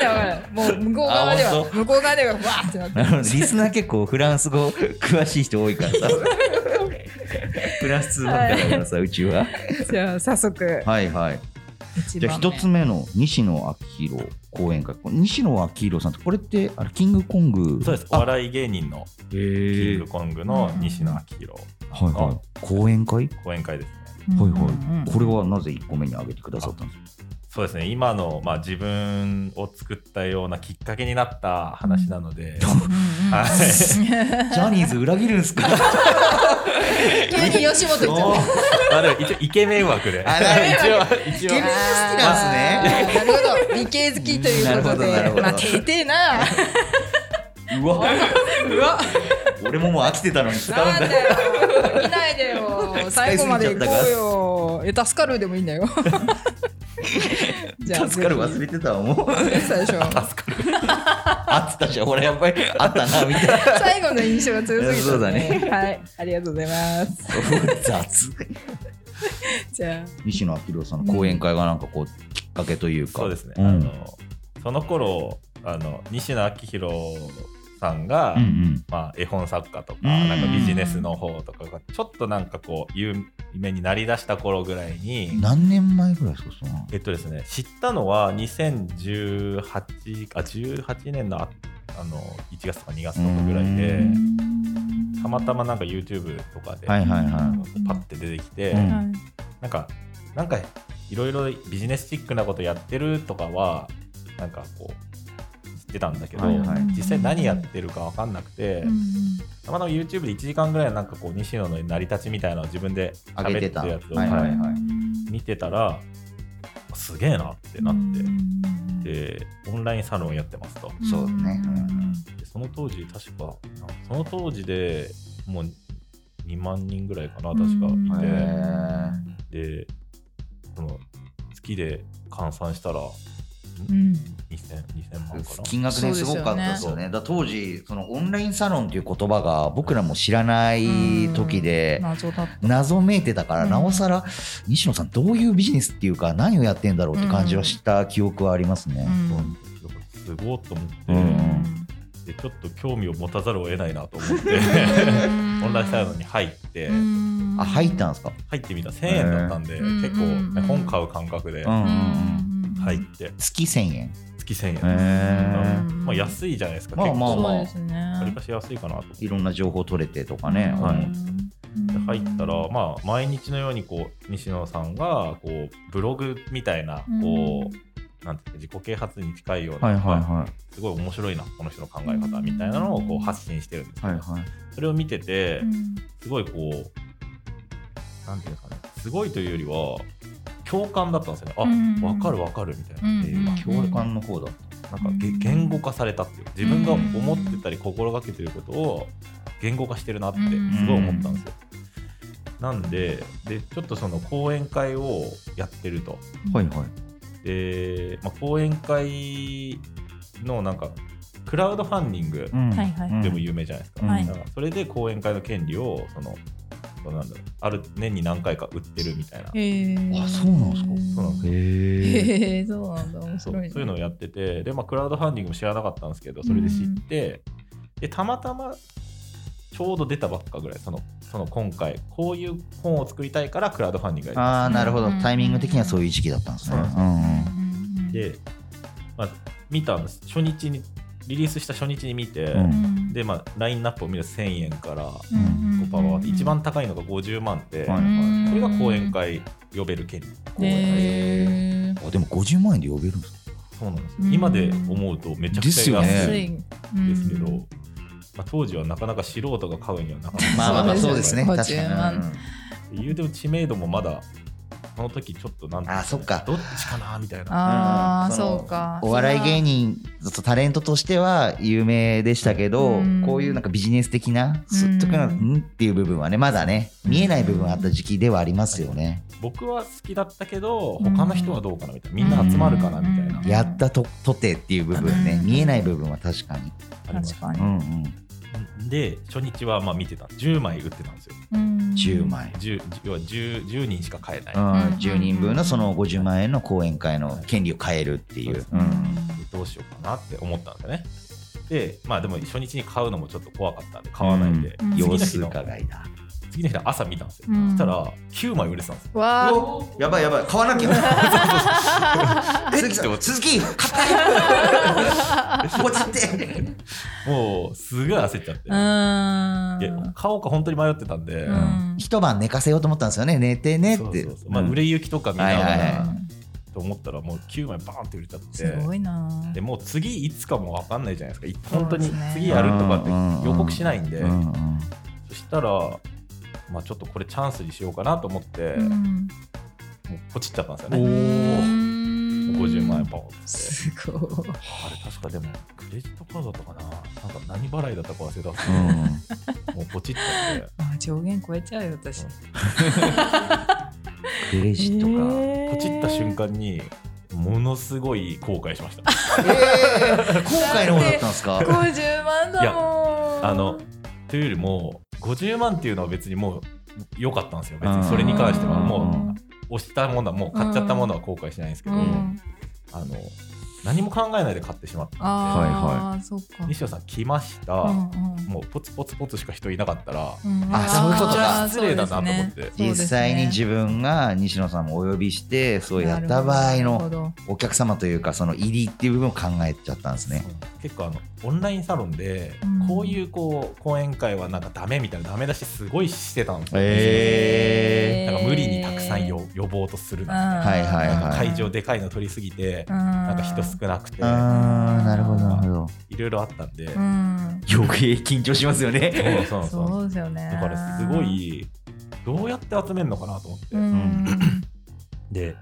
A: ない。もう向こう側で
B: あ
A: は
B: 本、
A: 向こう側ではわーってなって
B: なる ほどリスナー結構フランス語詳しい人多 いからさフランス語だからさ、うちは
A: る。じゃあ早速、
B: はいはい。
A: 一
B: じゃあ
A: 番目
B: 一つ目の西野昭弘講演会この西野昭弘さんってこれってあれキングコング
E: そうですお
B: あ
E: 笑い芸人の
B: へ
E: キン
B: え
E: グコングの西野昭弘
B: はいはい講演会
E: 講演会ですね
A: うん
B: はい
A: うんう
B: は
A: ん
B: いこれはなぜ1個目に挙げてくださったんですか
E: そうですね今の、まあ、自分を作ったようなきっかけになった話なので、
A: うんうん
E: はい
B: ジャニーズ裏切るんですか
A: 急に吉本行っちゃった
E: まあでも一応イケメン枠で
B: あなる ほ
E: 一応一
B: イケメン好きなんです
E: 応
B: ね
A: あーなるほど理系好きということ
B: なるほどなる
A: で
B: ほど
A: まあてえてえな
B: うわ
A: うわ
B: 俺ももう飽きてたのに使うん
A: なん
B: だ
A: だよ見ないでよ最後まで行こうよえ助かるでもいいんだよじゃあ
B: 助かる忘れてたわもう
A: ぜひ最初
B: あってたじゃん俺やっぱりあったなみたいな
A: 最後の印象が強すぎた、
B: そうだね
A: はいありがとうございます
B: 雑
A: じゃあ
B: 西野昭郎さんの講演会がなんかこうきっかけというか
E: そうですね、
B: うん
E: あのその頃あの西野昭弘さんが、
B: うんうん
E: まあ、絵本作家とか
B: うん
E: なんかビジネスの方とかがちょっとなんかこう有名になりだした頃ぐらいに、
B: 何年前ぐらいですかその
E: えっとですね、知ったのは2018あ18年のああの1月とか2月とかぐらいでたまたまなんか YouTube とかで、
B: はいはいは
E: パッて出てきて、
B: うん
A: はい
E: なんかなんかいろいろビジネスチックなことやってるとかはなんかこう知ってたんだけど、
B: はいはい
E: 実際何やってるか分かんなくて、たまたま YouTube で1時間ぐらいなんかこう西野の成り立ちみたいなのを自分で
B: い上
E: 喋
B: げ
E: って
B: て
E: た
B: た
E: や
B: は
E: つ
B: い
E: を、
B: はいは
E: はい
B: い
E: 見てたらすげえなってなってでオンラインサロンやってますと
B: そうだね
E: でその当時確かなその当時でもう2万人ぐらいかな確か
B: うん
E: いて。
B: へ
E: で、この月で換算したら
A: うん
E: 2000 2000万か
B: ー
E: な。
B: 金額ねすごかったですよねだから当時そのオンラインサロンっていう言葉が僕らも知らない時で
A: 謎だっ
B: 謎めいてたから
A: うん
B: なおさら西野さんどういうビジネスっていうか何をやってんだろうって感じはした記憶はありますね
A: うん
E: すごいと思って、
B: うん
E: でちょっと興味を持たざるを得ないなと思 ってオンラインサロンに入って、
B: あ入ったんですか
E: 入ってみたら1000円だったんで、
A: うん
E: 結構、
A: うん
E: ね、本買う感覚で
B: うんうんうん
E: 入って
B: 月1000円
E: 月1000円、
B: へ
A: ー
E: まあ、安いじゃないですか、
B: まあ
E: 結構
B: まあまあ
A: そうですね
E: わりかし安いかなと思って
B: いろんな情報取れてとかね、
E: はい
B: うん
E: で入ったら、まあ、毎日のようにこう西野さんがこうブログみたいなこう、なんていうか自己啓発に近いような、
B: はいはいは
E: すごい面白いなこの人の考え方みたいなのをこう発信してるんですけ
B: い
E: ど、
B: はいはい
E: それを見ててすごいこうなんていうんですかねすごいというよりは共感だったんですよねあ、わ
A: うん
E: かるわかるみたいな、
A: うん
E: っていうなんか
B: 共感の方だ
E: げ言語化されたっていう自分が思ってたり心がけてることを言語化してるなってすごい思ったんですよ。なんででちょっとその講演会をやってると
B: はいはい
E: で、まあ、講演会のなんかクラウドファンディング
B: ん
A: はいはい
E: でも有名じゃないですか,、
A: はい
E: だからそれで講演会の権利をそのそのなんだろうある年に何回か売ってるみたいな、
B: あそうなんですか
E: そうなんです
B: へ
A: へ
B: え
A: えそうなんだ面
E: そう
A: 白いね
E: そういうのをやっててで、まあ、クラウドファンディングも知らなかったんですけどそれで知って、でたまたまちょうど出たばっかぐらいそのその今回こういう本を作りたいからクラウドファンディングがや
B: ああなるほど
A: うん
B: タイミング的にはそういう時期だったんですね
E: そうです
B: うん
E: りたいで、まあ、見たんです初日にリリースした初日に見て、
B: うん
E: で、まあ、ラインナップを見ると1000円か
B: う
E: ら
B: ん
E: こうパワーって一番高いのが50万って、
B: はい
E: これが講演会呼べる権利講
A: へ
E: 演会
B: あでも50万円で呼べるんですか
E: そうなんですよ
A: うん
E: 今で思うとめちゃくちゃ安い
B: ですよ
A: 安
B: ね
A: い
E: んですけど、まあ、当時はなかなか素人が買うにはなかなか
A: まあまあまあそうですね
B: 確
A: 50
B: か
A: 万
B: に
E: 言うても知名度もまだその時ちょっとなんていうんです
B: あそ
E: ね
B: っか
E: どっちかなみたいな
A: ああ
B: うん
A: そうか
B: お笑い芸人タレントとしては有名でしたけど
A: うん
B: こういうなんかビジネス的なす
A: うん
B: 特にうんっていう部分はねまだね見えない部分はあった時期ではありますよね
E: 僕は好きだったけど
A: うん
E: 他の人はどうかなみたいなみんな集まるかなみたいな、
A: うん
B: やったととてっていう部分ね
A: うん
B: 見えない部分は確かに
E: あります
A: 確かに
B: うんうん
E: で初日はまあ見てた10枚売ってたんですよ
B: 10枚
E: 10要は 10, 10人しか買えない、
B: うん
A: うん
B: 10人分のその50万円の講演会の権利を変えるっていう。
E: そううんどうしようかなって思ったんですよねでまあでも初日に買うのもちょっと怖かったんで買わないで、
A: うん
E: 次の
B: 様
E: 日
B: 子
E: の
B: 伺いだ。
E: 次の日の朝見たんですよ、
A: うん
E: そしたら9枚売れてたんですよ
A: わあ
B: おやばいやばい買わなきゃ 鈴木さん鈴木買ったよこっちって
E: もうすごい焦っちゃって、
A: うーん
E: で買おうか本当に迷ってたんで、
A: うん
B: 一晩寝かせようと思ったんですよね寝てねっ
E: そう
B: て
E: そうそうまあ、売れ行きとか見なが
B: はいはい
E: ら
B: は
E: と思ったらもう9枚バーンって売れちゃって
A: すごいな
E: でもう次いつかも分かんないじゃないですかい本当に
A: そうですね
E: 次やるとかって予告しないんで、
B: うんうん
E: そしたら、まあ、ちょっとこれチャンスにしようかなと思って、
A: う
E: もうんポチっちゃったんですよ
A: う
E: ね、
A: ーん
E: 50万円ポンって
A: すごい
E: あれ確かでもクレジットカードだったかななんか何払いだったか忘れたんですけ
B: うん
E: どもうポチっちゃって
A: あ上限超えちゃうよ私
B: クレジットか、
E: ポチった瞬間にものすごい後悔しました
B: えー、今回の方だったんですか
A: 50万だもん
E: あのというよりも50万っていうのは別にもう良かったんですよ別にそれに関しては
B: うん
E: もう押したものはもう買っちゃったものは後悔しないんですけ
A: う
E: ど、
A: ん
E: あの何も考えないで買ってしまったんで
A: ああそっか
E: 西野さん来ました、
A: うんうん
E: もうポツポツポツしか人いなかったら、
A: うん
B: あそういうことか
A: あー
E: 失礼だなと思って
A: そうで
B: 実
A: すね
B: 際に自分が西野さんもお呼びしてそうやった場合
A: なるほ
B: の
A: ど
B: お客様というかその入りっていう部分を考えちゃったんですね。
E: 結構あのオンラインサロンで、
A: うん
E: こういうこう講演会はなんかダメみたいなダメ出しすごいしてたんですよ、
A: へー
E: なんか無理にたくさんよ呼ぼうとするなみたい
B: はいはい
E: ななん
B: は
E: か
B: い
E: 会場でかいの取りすぎて、
A: な
E: なんか人少なくて
B: あーなるほどなるほど。
E: いろいろあったんで、
A: うん
B: 余計緊張しますよね。
E: そうそうそう
A: そうですよね
E: だからすごいどうやって集めるのかなと思って、
A: うん
E: で、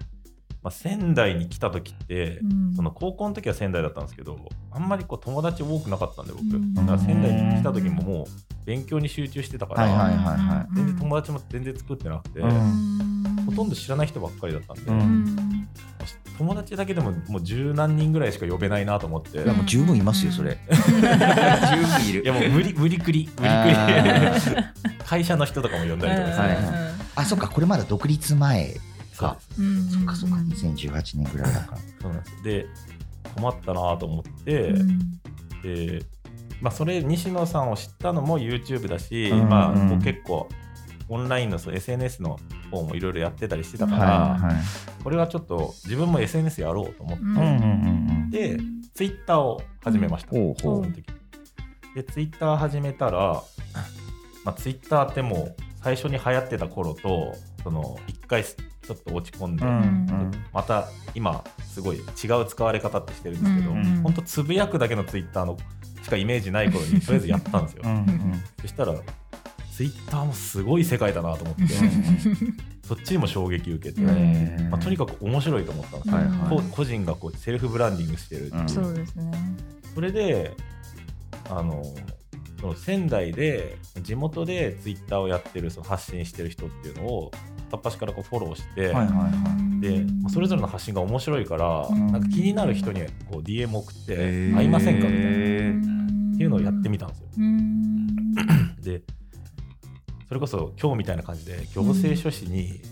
E: まあ、仙台に来た時って、
A: うん
E: その高校の時は仙台だったんですけどあんまりこう友達多くなかったんで僕、
A: うん
E: だから仙台に来た時ももう勉強に集中してたから、
B: はいはいはいは
A: うん
E: 全然友達も全然作ってなくて、
B: うん
E: ほとんど知らない人ばっかりだったんで、
B: うん
A: うん
E: 友達だけでももう十何人ぐらいしか呼べないなと思って、
B: いやもう十分いますよそれ。十分いる。
E: いやもう無理無理くり無理
B: あ
E: くり会社の人とかも呼んだりとかして、
B: はいはいあそっかこれまだ独立前
E: そうです
A: うん
B: そっかそっか2018年ぐらいだから。
E: そうなんですで困ったなと思って、
A: うん
E: で、まあ、それ西野さんを知ったのも YouTube だし、
B: うん
E: まあ、
B: うん
E: こう結構オンラインのそう SNS の方もいろいろやってたりしてたから、
B: はいはい。
E: これはちょっと自分も SNS やろうと思って、
A: うん
B: うんうんうん
E: で Twitter を始めました、
B: うんほうほ
E: そうの時で Twitter 始めたら、 まあ、Twitter ってもう最初に流行ってた頃とその一回ちょっと落ち込んで、
B: うん。うん
E: また今すごい違う使われ方ってしてるんですけど、
A: うん
E: ほんとつぶやくだけのツイッターのしかイメージない 頃にとりあえずやったんですよ、
B: うんうん
E: そしたらツイッターもすごい世界だなと思ってそっちにも衝撃受けて、
A: うん
B: えー
E: まあ、とにかく面白いと思ったんですよ、
B: はい
A: うん
E: こう個人がこうセルフブランディングしてるっていう、
B: うん
A: そうですね
E: それであのその仙台で地元でツイッターをやってるその発信してる人っていうのを片っ端からこうフォローし
B: は
E: て、
B: いはいは
E: で、まあそれぞれの発信が面白いから、
A: ん
E: なんか気になる人にこう DM 送って
B: へ
E: 「
B: ー
E: 会いませんか?」みたいなっ
B: え
A: って
E: いうのをやってみたんですよ。
A: うん
E: でそれこそ今日みたいな感じで行政書士に、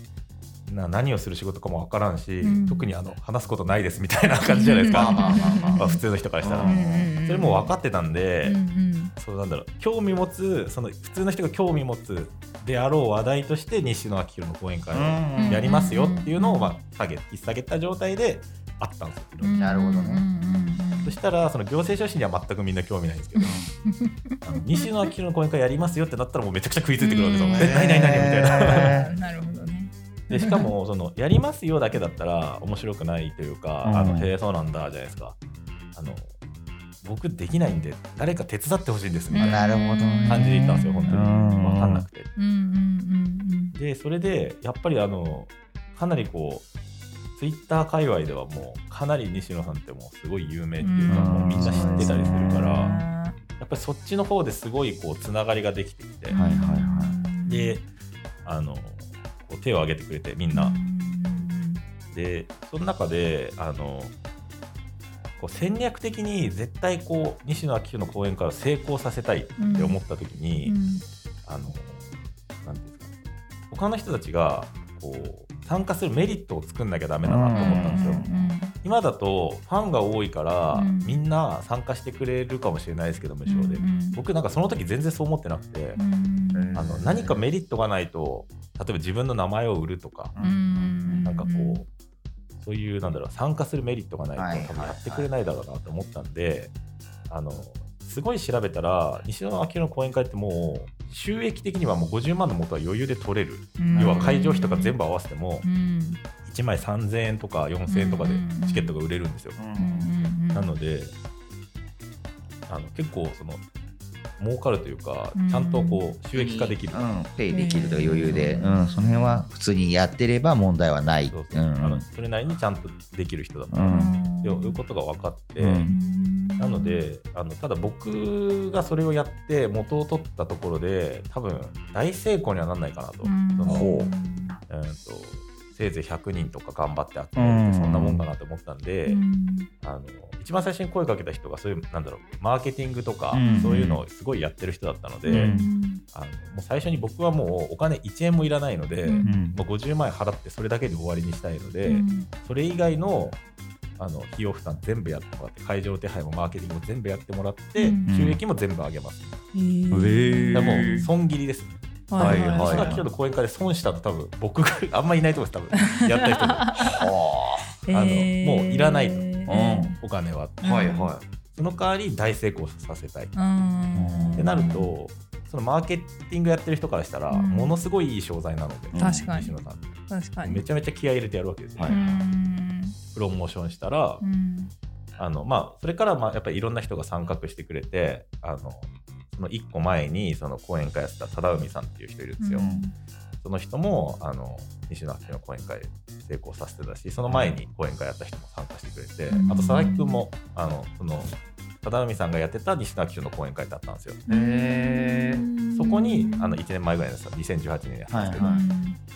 E: な何をする仕事かも分からんし、
A: うん
E: 特にあの話すことないですみたいな感じじゃないですか、
B: まあまあまあま
E: まあ普通の人からしたら。
B: うん
E: それも分かってたんで、
A: うん
E: そうなんだろう興味持つその普通の人が興味持つであろう話題として西野昭弘の講演会を
B: い。
E: やりますよっていうのを、まあ、下げ引っ下げた状態であったんですよいろいろ
A: うん
B: なるほど
A: うん
B: ね
A: うんうん
E: そしたらその行政書士には全くみんな興味ないん ですけどあの西野昭の講演会やりますよってなったらもうめちゃくちゃ食いついてくるわけですよ。
A: うん
E: え何何何みた いな。
B: え
A: なるほどね
E: でしかもそのやりますよだけだったら面白くないというか「あ
B: う
E: の
B: ん
E: へえそうなんだ」じゃないですか。あの僕できないんで誰か手伝ってほしいんですみたい
B: ーな
E: な
B: るほどね
E: 感じで言ったんですよ本当に
B: うん
E: 分かんなくて。
A: うんうん
E: でそれでやっぱりあのかなりこうツイッター界隈ではもうかなり西野さんってもうすごい有名
A: う
E: って
A: んう
E: いうか
B: ん
E: もうみんな知ってたりするから。
A: ら
E: やっぱりそっちの方ですごいこうつながりができてきて、
B: はいはいはい
E: であのこう手を挙げてくれてみんな、でその中であのこう戦略的に絶対こう西野昭弘の講演会を成功させたいって思った時に、あのなんていうんですかね他の人たちがこう参加するメリットを作んなきゃダメだなと思ったんですよ。
B: うん
E: 今だとファンが多いから、
A: うん
E: みんな参加してくれるかもしれないですけど無償で、僕なんかその時全然そう思ってなくて、あの何かメリットがないと例えば自分の名前を売るとか、なんかこう、そういうなんだろう参加するメリットが
B: は
E: ないい
B: はい
E: と多分やってくれないだろうなと思ったんで、あのすごい調べたら西野明の講演会ってもう収益的にはもう50万の元は余裕で取れる、
A: うん
E: 要は会場費とか全部合わせても
A: うん
E: 1枚3000円とか4000円とかでチケットが売れるんですよ。なのであの結構その儲かるというか
A: うん
E: ちゃんとこう収益化できる。
B: うん、ペイできるとか余裕で、うん、その辺は普通にやってれば問題はない。
E: そう
B: う
E: そうあの
B: ん、
E: それなりにちゃんとできる人だと、
B: う
E: っ
B: ん、
E: ていうことが分かって、
B: うん
E: なのであのただ僕がそれをやって元を取ったところで多分大成功にはなんないかなと,、
A: うん
E: その
B: ほ
E: うんとせいぜい100人とか頑張って集めるってそんなもんかなと思ったんで、あの一番最初に声かけた人がそういうなんだろうマーケティングとか、
B: うん
E: そういうのをすごいやってる人だったので、
B: うん
E: あのもう最初に僕はもうお金1円もいらないので、
A: うん
B: うん、
E: もう50万円払ってそれだけで終わりにしたいので。それ以外のあの費用負担全部やってもらって会場手配もマーケティングも全部やってもらって、
A: うん
E: 収益も全部上げます、
B: ー
E: だからもう損切りですね、
B: はいはい
E: その今日の講演会で損したの多分僕があんまいないと思うんです多分やった人も
B: は
E: あのもういらないと、
B: あ、
E: お金は
B: うん、はいは
E: その代わり大成功させたいっ
A: うん
E: てなるとそのマーケティングやってる人からしたら、
A: うん
E: ものすごいいい商材なので、
B: うん
A: 確か
E: 西
A: に
E: 野さんって
A: 確か
E: め
A: に
E: ちゃめちゃ気合い入れてやるわけですよ、
B: は
A: う
B: い
A: ん
E: プロモーションしたら、
A: うん
E: あのまあ、それからまあやっぱりいろんな人が参画してくれてあのその1個前にその講演会やってた忠海さんっていう人いるんですよ、
A: うん
E: その人もあの西野明の講演会成功させてたしその前に講演会やった人も参加してくれて、
A: うん
E: あと佐々木君もあのその忠海さんがやってた西野明の講演会だったんですよ
B: い。へー
E: そこにあの1年前ぐらいのさ2018年やったんですけど、
B: はい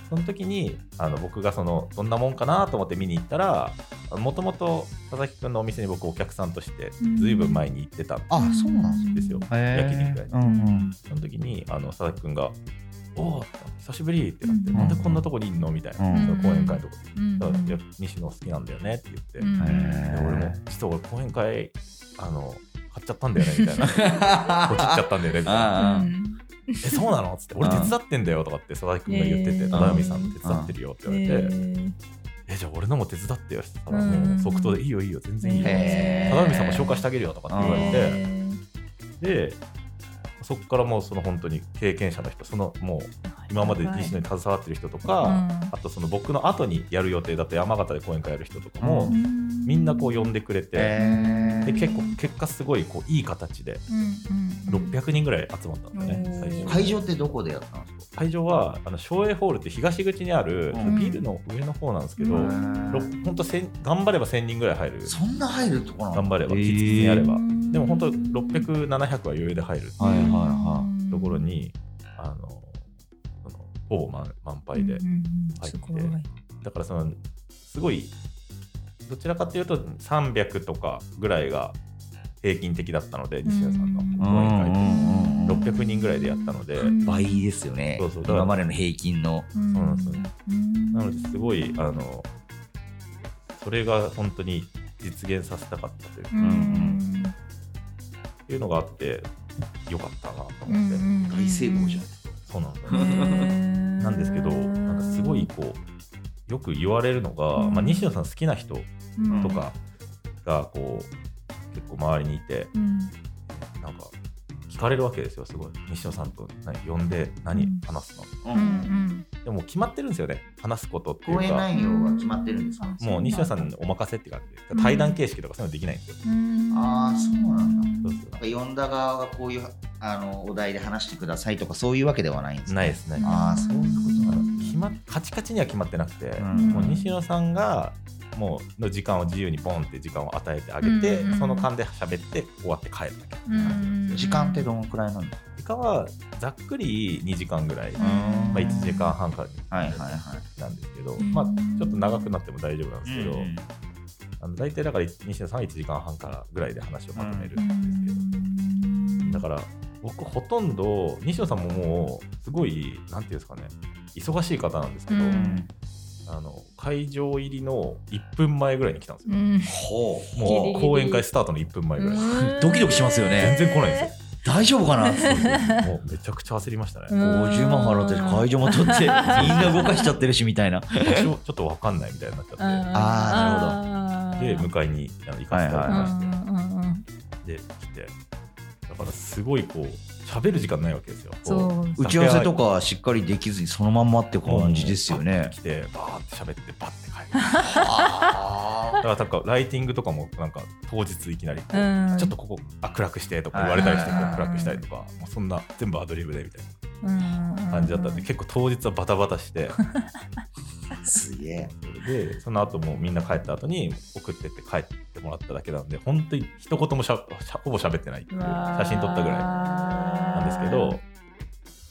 E: その時にあの僕がそのどんなもんかなと思って見に行ったらもともと佐々木君のお店に僕お客さんとしてずいぶん前に行ってたん
B: あ、そうなん
E: ですよ。
B: へ
E: 焼
B: ー
E: 肉
B: う
E: 屋
B: んうん。
E: その時にあの佐々木君が「おお久しぶり!」ってなって「
A: うん
E: なんでこんなとこにいんの?」みたいな、
B: うん
E: その講演会とかで
A: うん
E: だからいや「西野好きなんだよね」って言って、
A: うん
E: で
B: へー
E: 俺も「実は俺講演会あの買っちゃったんだよね」みたいな「ポチっちゃったんだよね」みたいな
A: う
B: あ
A: ん
E: 「えそうなの?」っつって「俺手伝ってんだよ」とかって佐々木君が言って
A: へ
E: て
A: ー
E: 「田波さん手伝ってるよ」って言われて
A: え
E: 「えじゃあ俺のも手伝ってよ」って言った
A: う
E: ら
A: ん
E: もう即答で「いいよいいよ全然いいよ」
B: へ
E: 田
B: ー
E: 波さんも紹介してあげるよ」とかって言われて。
A: えー
E: でそこからもうその本当に経験者の人そのもう今まで西野に携わってる人とか、あとその僕の後にやる予定だった山形で講演会やる人とかも、
B: う
E: みんなこう呼んでくれ
B: ー
E: て、
B: へ
E: で
B: ー
E: 結構結果すごいこういい形で600人ぐらい集まったんだよね、
A: うん
E: 最初
B: 会場ってどこでやったんです
E: 会場はあの省エホールって東口にある、
B: うん
E: ビルの上の方なんですけど、
A: うん
B: か
E: ろ本当せん頑張れば1000人ぐらい入る
B: そんな入るとこなんだ
E: 頑張れば
B: へー
E: きつきつにやれば、
A: うん
E: でも本当600700は余裕で入る
B: はいはいは
E: ところにあのそのほぼ満満杯で、入って
A: すごい
E: だからそのすごいどちらかというと300とかぐらいが平均的だったので西野さんの
B: い。
E: 講演会
B: うんうんうん
E: 600人ぐらいでやったので、
A: うん
B: 倍ですよね
E: そうそう
B: 今までの平均の。
A: そう
E: うなんですよ
A: な
E: なのですごいあのそれが本当に実現させたかったという,、
A: うんうん
E: いうのがあってよかったなと
A: うん
E: 思って、
A: うん
B: 大成功じゃん。
E: そうなんですよ
A: へ
E: ね
A: ー
E: なんですけどなんかすごいこうよく言われるのが、まあ、西野さん好きな人
A: うん
E: とかがこう結構周りにいて
A: うん
E: なんか聞かれるわけですよすごい西野さんと何呼んで
A: う
E: 何
A: ん
E: 話すの、
A: うんうん
E: でももう決まってるんですよね話すことってい
B: 講
E: う
B: 演
E: か
B: 内容は決まってるんですか
A: あ
E: もう西野さんにお任せって感じで対談形式とかそういうのできないんですよ、
A: うん
B: あーそうなんだ
E: そうそう
B: なんか呼んだ側がこういうあのお題で話してくださいとかそういうわけではないんですか
E: ないですね
B: ああそういうことなんです
E: 決まっカチカチには決まってなくて、
B: うん
E: もう西野さんがもうの時間を自由にボンって時間を与えてあげて、
A: うん
E: その間で喋って終わって帰るだけ
A: うん
B: 時間ってどのくらいなんですか
E: 時間はざっくり2時間ぐらい、
A: ん
E: まあ、1時間半から2時間
B: はいはいはい
E: なんですけど、
A: ん
E: まあ、ちょっと長くなっても大丈夫なんですけど、
B: うん
E: あの大体だから西野さんは1時間半からぐらいで話をまとめるんですけど、だから僕ほとんど西野さんももうすごいなんていうんですかね忙しい方なんですけど、
A: うん
E: あの会場入りの1分前ぐらいに来たんですよ、
A: うん
B: ほう。
A: ギリ
E: も
A: ギ
E: う
A: リ
E: 講演会スタートの1分前ぐらい、
B: ドキドキしますよね
E: 全然来ないんですよ
B: 大丈夫 かな
E: もうめちゃくちゃ焦りましたね、
B: 50万払って会場も取ってみんな動かしちゃってるしみたい な。
E: 場所ちょっと分かんないみたいになっちゃっ
A: あ
E: てで迎えにあの行かせてもらいまして、
A: うんうんうん
E: で来てだからすごいこう喋る時間ないわけですよこ
A: そう
B: 打ち合わせとかしっかりできずにそのまんまって感じですよね。
E: 来てバーって喋ってバッて帰る だからなんかライティングとかもなんか当日いきなりこう、
A: うん
E: ちょっとここあ暗くしてとか言われたりしてこ
A: うん
E: う暗くしたりとかもうそんな全部アドリブでみたいな
A: 感
E: 感じだったんで結構当日はバタバタして
B: すげえ。
E: でその後もうみんな帰った後に送ってって帰ってもらっただけなんで本当に一言もしゃしゃほぼ喋ってないっていう写真撮ったぐらいなんですけど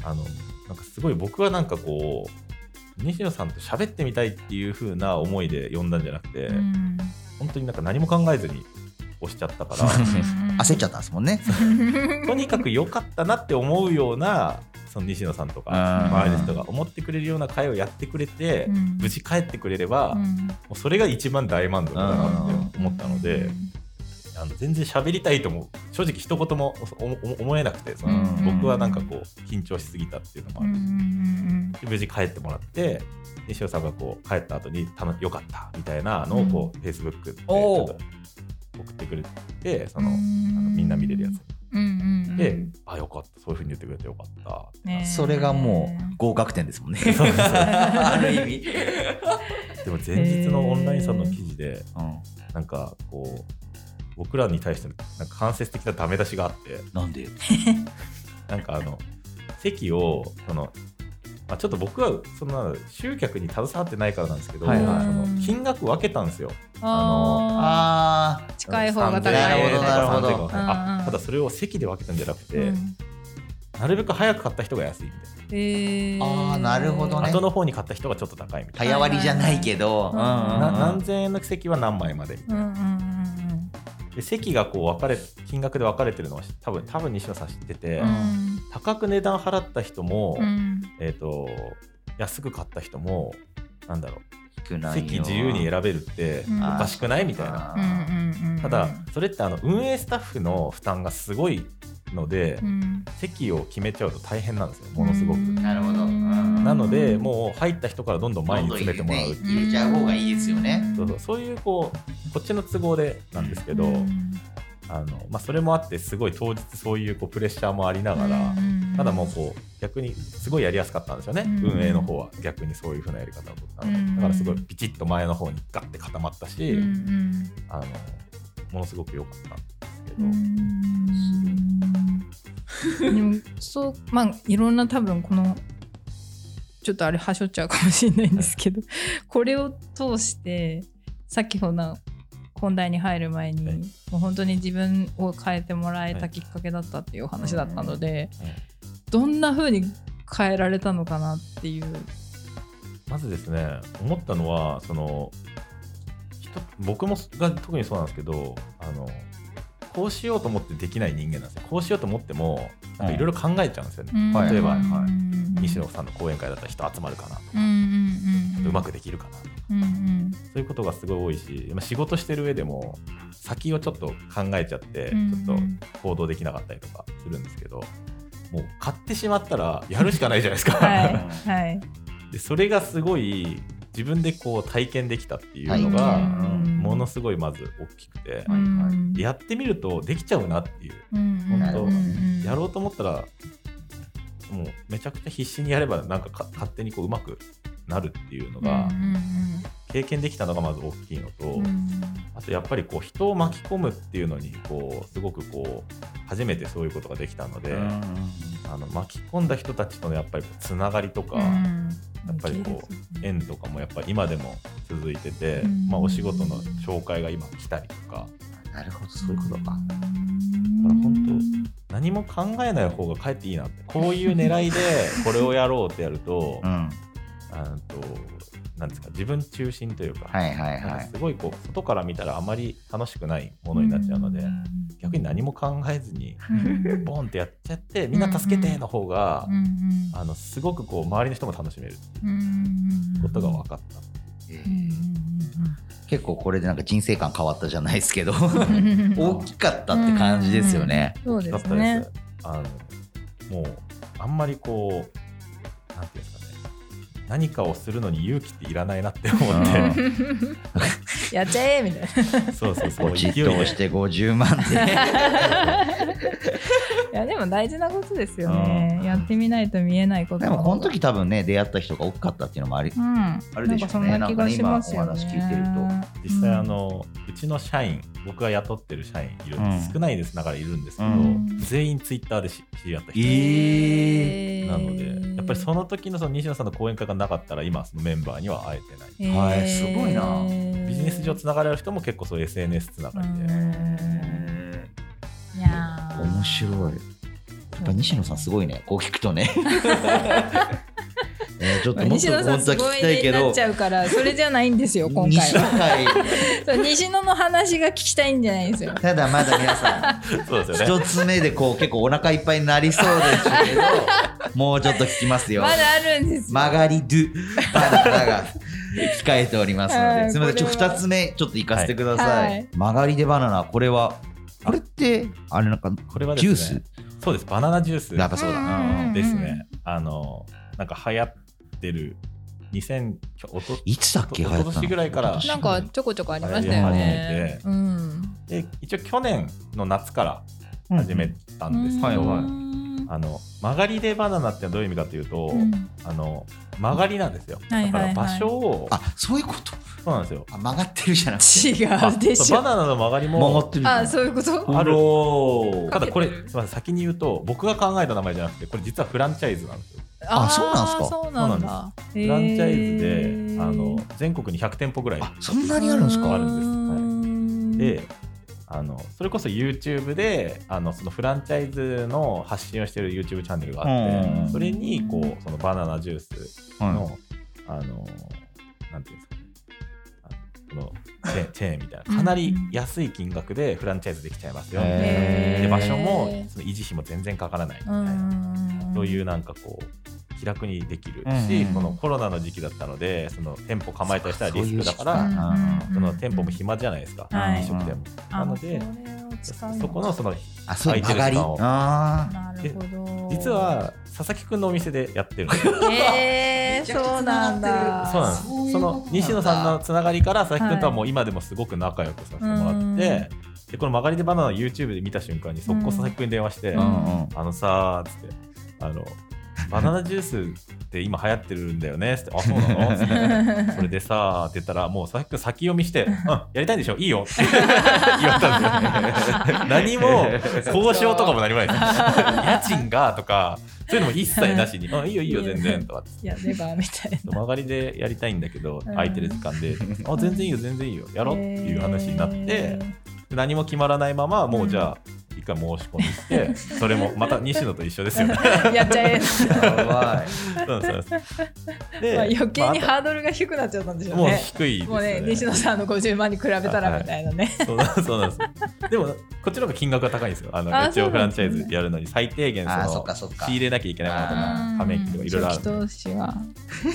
E: あのなんかすごい僕はなんかこう西野さんと喋ってみたいっていう風な思いで呼んだんじゃなくて、本当になんか何も考えずに押しちゃったか ら
B: 焦っちゃったんですもんね。
E: とにかく良かったなって思うようなその西野さんとか
B: あ
A: ー
E: 周りの人が思ってくれるような会をやってくれて、
A: うん
E: 無事帰ってくれれば、
A: う
E: も
A: ん
E: うそれが一番大満足だなって思ったので、
A: うん
E: あの全然喋りたいとも正直一言もおお思えなくてその、
B: うん
E: 僕はなんかこう緊張しすぎたっていうのもあ
A: う
E: る、
A: んうん
E: で無事帰ってもらって西野さんがこう帰った後にたのよかったみたいなのをこう、Facebook でちょ
B: お
E: っ
B: ー
E: と送ってくれてそ
A: うん
E: のあのみんな見れるや
A: う
E: つ。
A: んうんうん
E: で、あよかったそういうふうに言ってくれてよかった
A: ねえ
B: それがもう合格点ですもんね。 ある意味。
E: でも前日のオンラインさんの記事で
B: うん
E: なんかこう僕らに対してのなんか間接的なダメ出しがあって
B: なんで
E: なんかあの席をその、まあ、ちょっと僕はそんな集客に携わってないからなんですけど、
B: はいはい
E: その金額分けたんですよ
A: あ
B: あ
A: ー近い方が高い
B: なるほどなるほど
E: 3000とか
A: うんう
E: あ
A: ん
E: ただそれを席で分けたんじゃなくて、
A: うん
E: なるべく早く買った人が安いみたい
A: えー
B: あーなるほど
E: な、
B: ね
E: 後の方に買った人がちょっと高いみ
B: あ、
E: たい
B: 早割りじゃないけ
A: は
B: ど。
A: いはい
E: な
A: は
E: な
A: う
E: 何千円の席は何枚までみたいな
A: うんうんうん
E: で席がこう分かれ金額で分かれてるのは多分多分西野さん知ってて、
A: うんうん
E: 高く値段払った人も、
A: うん
E: えっ、と安く買った人もなんだろ
B: 少
E: う
B: ないよ
E: 席自由に選べるって
A: うん
E: おかしくないみたいな、
B: あ
A: うん
B: ー
A: うんうん
E: ただそれってあの運営スタッフの負担がすごいので、
A: うん
E: 席を決めちゃうと大変なんですよものすごく、
B: なるほどうん
E: なのでもう入った人からどんどん前に詰めてもらうって
B: 入
E: いう
B: れちゃう方がいいですよね。
E: そうそうそういうこうこっちの都合でなんですけど、
A: うん
E: あのまあ、それもあってすごい当日そういうこうプレッシャーもありながら、
A: うん
E: ただもうこう逆にすごいやりやすかったんですよね、
A: うん
E: 運営の方は逆にそういう風なやり方を取ったので、
A: うん
E: だからすごいピチッと前の方にガッて固まったし、
A: うんうん
E: あのものすごく良かったんですけど、
A: でもそうまあいろんな多分このちょっとあれはしょっちゃうかもしれないんですけど、これを通してさっきほど本題に入る前に、
E: はい
A: もう本当に自分を変えてもらえたきっかけだったっていうお話だったので、
E: はい
A: どんな風に変えられたのかなっていう。
E: まずですね思ったのはその人僕もが特にそうなんですけどあのこうしようと思ってできない人間なんですよこうしようと思ってもなんかいろいろ考えちゃうんですよね、
B: はい
E: 例えば、
B: はいはい
A: い
E: 西野さんの講演会だったら人集まるかなとか、うまくできるかなとか
A: うんうん
E: そういうことがすごい多いし、まあ、仕事してる上でも先をちょっと考えちゃって
A: うんうん
E: ちょっと行動できなかったりとかするんですけど、もう買ってしまったらやるしかないじゃないですか、
A: はいはい
E: でそれがすごい自分でこう体験できたっていうの
A: は
E: が
A: いうん
E: ものすごいまず大きくて、
B: はいは
A: う
B: い
A: ん
E: やってみるとできちゃうなっていう
A: 本
E: 本当
A: 当
E: やろうと思ったらもうめちゃくちゃ必死にやればなんかか勝手にこううまくなるっていうのが経験できたのがまず大きいのと。あとやっぱりこう人を巻き込むっていうのにこうすごくこう初めてそういうことができたので、あの巻き込んだ人たちとのやっぱりこうつながりとか、やっぱりこ
A: う
E: 縁とかもやっぱ今でも続いてて、
A: うん
E: まあ、お仕事の紹介が今来たりとか
B: なるほど、そういうことか。
E: だから本何も考えない方がかえっていいなってこういう狙いでこれをやろうってやると,、
B: うん。
E: あのとなんですか自分中心というか,、
B: はいはい
E: なん
B: は
E: か
B: い。
E: すごいこう外から見たらあまり楽しくないものになっちゃうので。逆に何も考えずに ボンってやっちゃってみんな助けての方が、あのすごくこう周りの人も楽しめることが分かったって
B: 結構これでなんか人生観変わったじゃないですけど
A: うん
B: 大きかったって感じですよね。
A: そうで
E: だった
A: す
E: です、
A: ね。
E: あのもうあんまりこうなんていうんですかね何かをするのに勇気っていらないなって思
B: う
E: っ
B: ん
A: やっちゃえみたいな。
E: て そうそう そう
B: ポチ
E: 勢
B: ッ
E: い
B: と押
E: で
B: して50万 で
A: いやでも大事なことですよね。やってみないと見えないこと
B: で
A: の
B: も
A: 方
B: こ
A: が
B: の時多分ね出会った人が多かったっていうのもあり
A: うん、
B: あるでしょうね
A: なんかそんな気がしますよね。
B: なんかね今お話聞
E: 実際あのうちの社員僕が雇ってる社員いるんです
B: うん
E: 少ないですながらいるんですけど
B: うん
E: 全員ツイッターで知知り合った人
B: え
E: なのでやっぱりそ
A: の、
E: の時のその西野さんの講演会がなかったら今そのメンバーには会えてない
A: へー
B: はいすごいな
E: ビジネス上つながれる人も結構そういう SNS つながりで
A: いやー
B: 面白い。やっぱ西野さんすごいねこう聞く とね。ねちょっともっ
A: 西
B: と
A: 野さん
B: 本当
A: す
B: は聞
A: ご
B: き
A: い
B: た
A: ね
B: いけ
A: にな
B: ど
A: っちゃうからそれじゃないん ですよ今回
B: 西野
A: は
B: 会
A: そう西野の話が聞きたいんじゃないんですよ
B: ただまだ皆さん
E: そうですよね
B: 一つ目でこう結構お腹いっぱいになりそうで すけどもうちょっと聞きますよ
A: まだあるんですよ
B: 曲がりドゥまだまだ控えておりま すので、
A: はい
B: すみませんちょ
A: これは
B: 2つ目ちょっと行かせてください、
A: はい
B: 曲がりでバナナこれはこれってあれなんか
E: これはです
B: ジュ
E: ね
B: ース、
E: そうですバナナジュース
B: やっぱそうだな、
A: うんうんうん
E: ですね、あのなんか流行ってる2000きょおと
B: いつだっけ流行ったの
E: おととしぐらいから
A: なんかちょこちょこありましたよね
E: ね。
A: うん。
E: で一応去年の夏から始めたんですけど、
B: はいはい
E: あの曲がりでバナナってのはどういう意味かというと、
A: うん
E: あの曲がりなんですよ、
A: はいはいはい
E: だから場所を
B: あそういうこと
E: そうなんですよ
B: あ曲がってるじゃなくて
A: 違
E: あ
A: うで し
E: そうバ
A: ょ。
E: ナナの曲がり
B: 曲が
E: も
B: ってるじゃな
A: あ、
B: い
A: そういうこと。
E: ある
B: おー
E: ただこれ
A: かけてる
E: すみません先に言うと僕が考えた名前じゃなくてこれ実はフランチャイズなんですよ
B: あそうなんすか
A: あーそうなんだ。
E: フランチャイズ
A: へ
E: で
A: ー
E: あの全国に100店舗ぐらい
B: あそんなにあるんですか
E: あるんですはい
A: ん
E: であのそれこそ YouTube であのそのフランチャイズの発信をしている YouTube チャンネルがあって、
B: うん
E: それにこうそのバナナジュースの、あのなんていうんですかねあのこのチェーンチェーンみたいなかなり安い金額でフランチャイズできちゃいますよみたいな、
B: へー
E: で場所もその維持費も全然かからないみたいな、そういううなんかこう気楽にできる
B: うん
E: し、
A: うん
E: このコロナの時期だったのでその店舗構えた人はリスクだか
B: そういう時期
E: ら
B: か
E: その店舗も暇じゃないですか、
A: はい
E: 飲食店も。なのでそこのその
B: あそういう曲がり
E: 空いてる時間を
B: あー
A: なるほど。
E: 実は佐々木くんのお店でやってるんですよ
A: へー。そうなんだ。
E: そうなんです
B: そういうこ
E: そ
B: となんだ
E: の西野さんのつながりから佐々木くんとはもう今でもすごく仲良くさせてもらって、
A: はい
E: でこの「曲がりでバナナ」YouTube で見た瞬間に速攻佐々木くんに電話して「
B: う
A: うん
B: んうん
E: あのさ」っつって「あのバナナジュースって今流行ってるんだよね」っつって「あそうなの?」っつって。 それでさーって言ったらもう佐々木君先読みして「うんやりたいんでしょいいよ」って言われたんですよ ね何も 交渉とかも何も ないです家賃がとかそういうのも一切な しに「うんいいよいいよ全然」とかって
A: いやレバーみたい
E: 曲がりでやりたいんだけど
A: うん
E: 空いてる時間 で「あ全然いいよ全然いいよ
A: な。
E: やろ」っていう話になってで何も決まらないままもうじゃあ一回申し込んでき てそれもまた西野と一緒ですよね。
A: へーやっちゃえ。
B: やばい
E: そうなんですそうなんですで
A: まあ余計に
E: まあ
A: ハードルが低くなっちゃったんでしょう
E: もう
A: ね。
E: 低いです
A: も
E: よ
A: うね、西野さんの50万に比べたらみたいなね。
E: そうなんそうなんです。でも、こっちの方が金額が高いんですよ。あの
A: あ
E: 一応
A: そう
E: フ
A: な
E: ラ
A: ん
E: ン
A: で
E: チ
A: す
E: ャ
A: ね
E: イズやるのに最低限そ
B: あー
E: の
B: そっかそっか
E: 仕入れなきゃいけないものと
B: あ
E: か、加盟金とかいろいろあるんで
A: 初期投資は。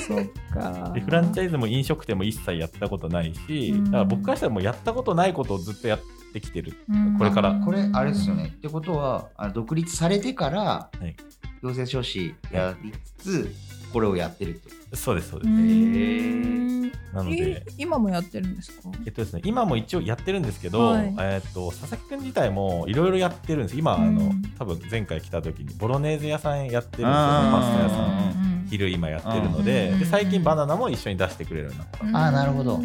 A: そうか。
E: でフランチャイズも飲食店も一切やったことないし、だから僕からしたらもうやったことないことをずっとやってきてる。これから
A: うん
B: これあれですよね。ってことはあの独立されてから
E: い
B: 行政書士やりつつ、これをやってるって
E: そうです、そう
A: う
E: です。
A: ん
E: なの
A: え
E: で、
A: 今もやってるんですか
E: えっとですね、今も一応やってるんですけど、
A: はい
E: えっと佐々木くん自体もいろいろやってるんです今、あ
A: う
E: の
A: ん
E: 多分前回来た時にボロネーゼ屋さんやってるんですよね
B: あー
E: パスタ屋
B: う
E: さ
B: ん
E: ん
A: ん
E: 昼今やってるので,、
A: うん
E: で最近バナナも一緒に出してくれるようになった、
B: あーなるほど
E: 去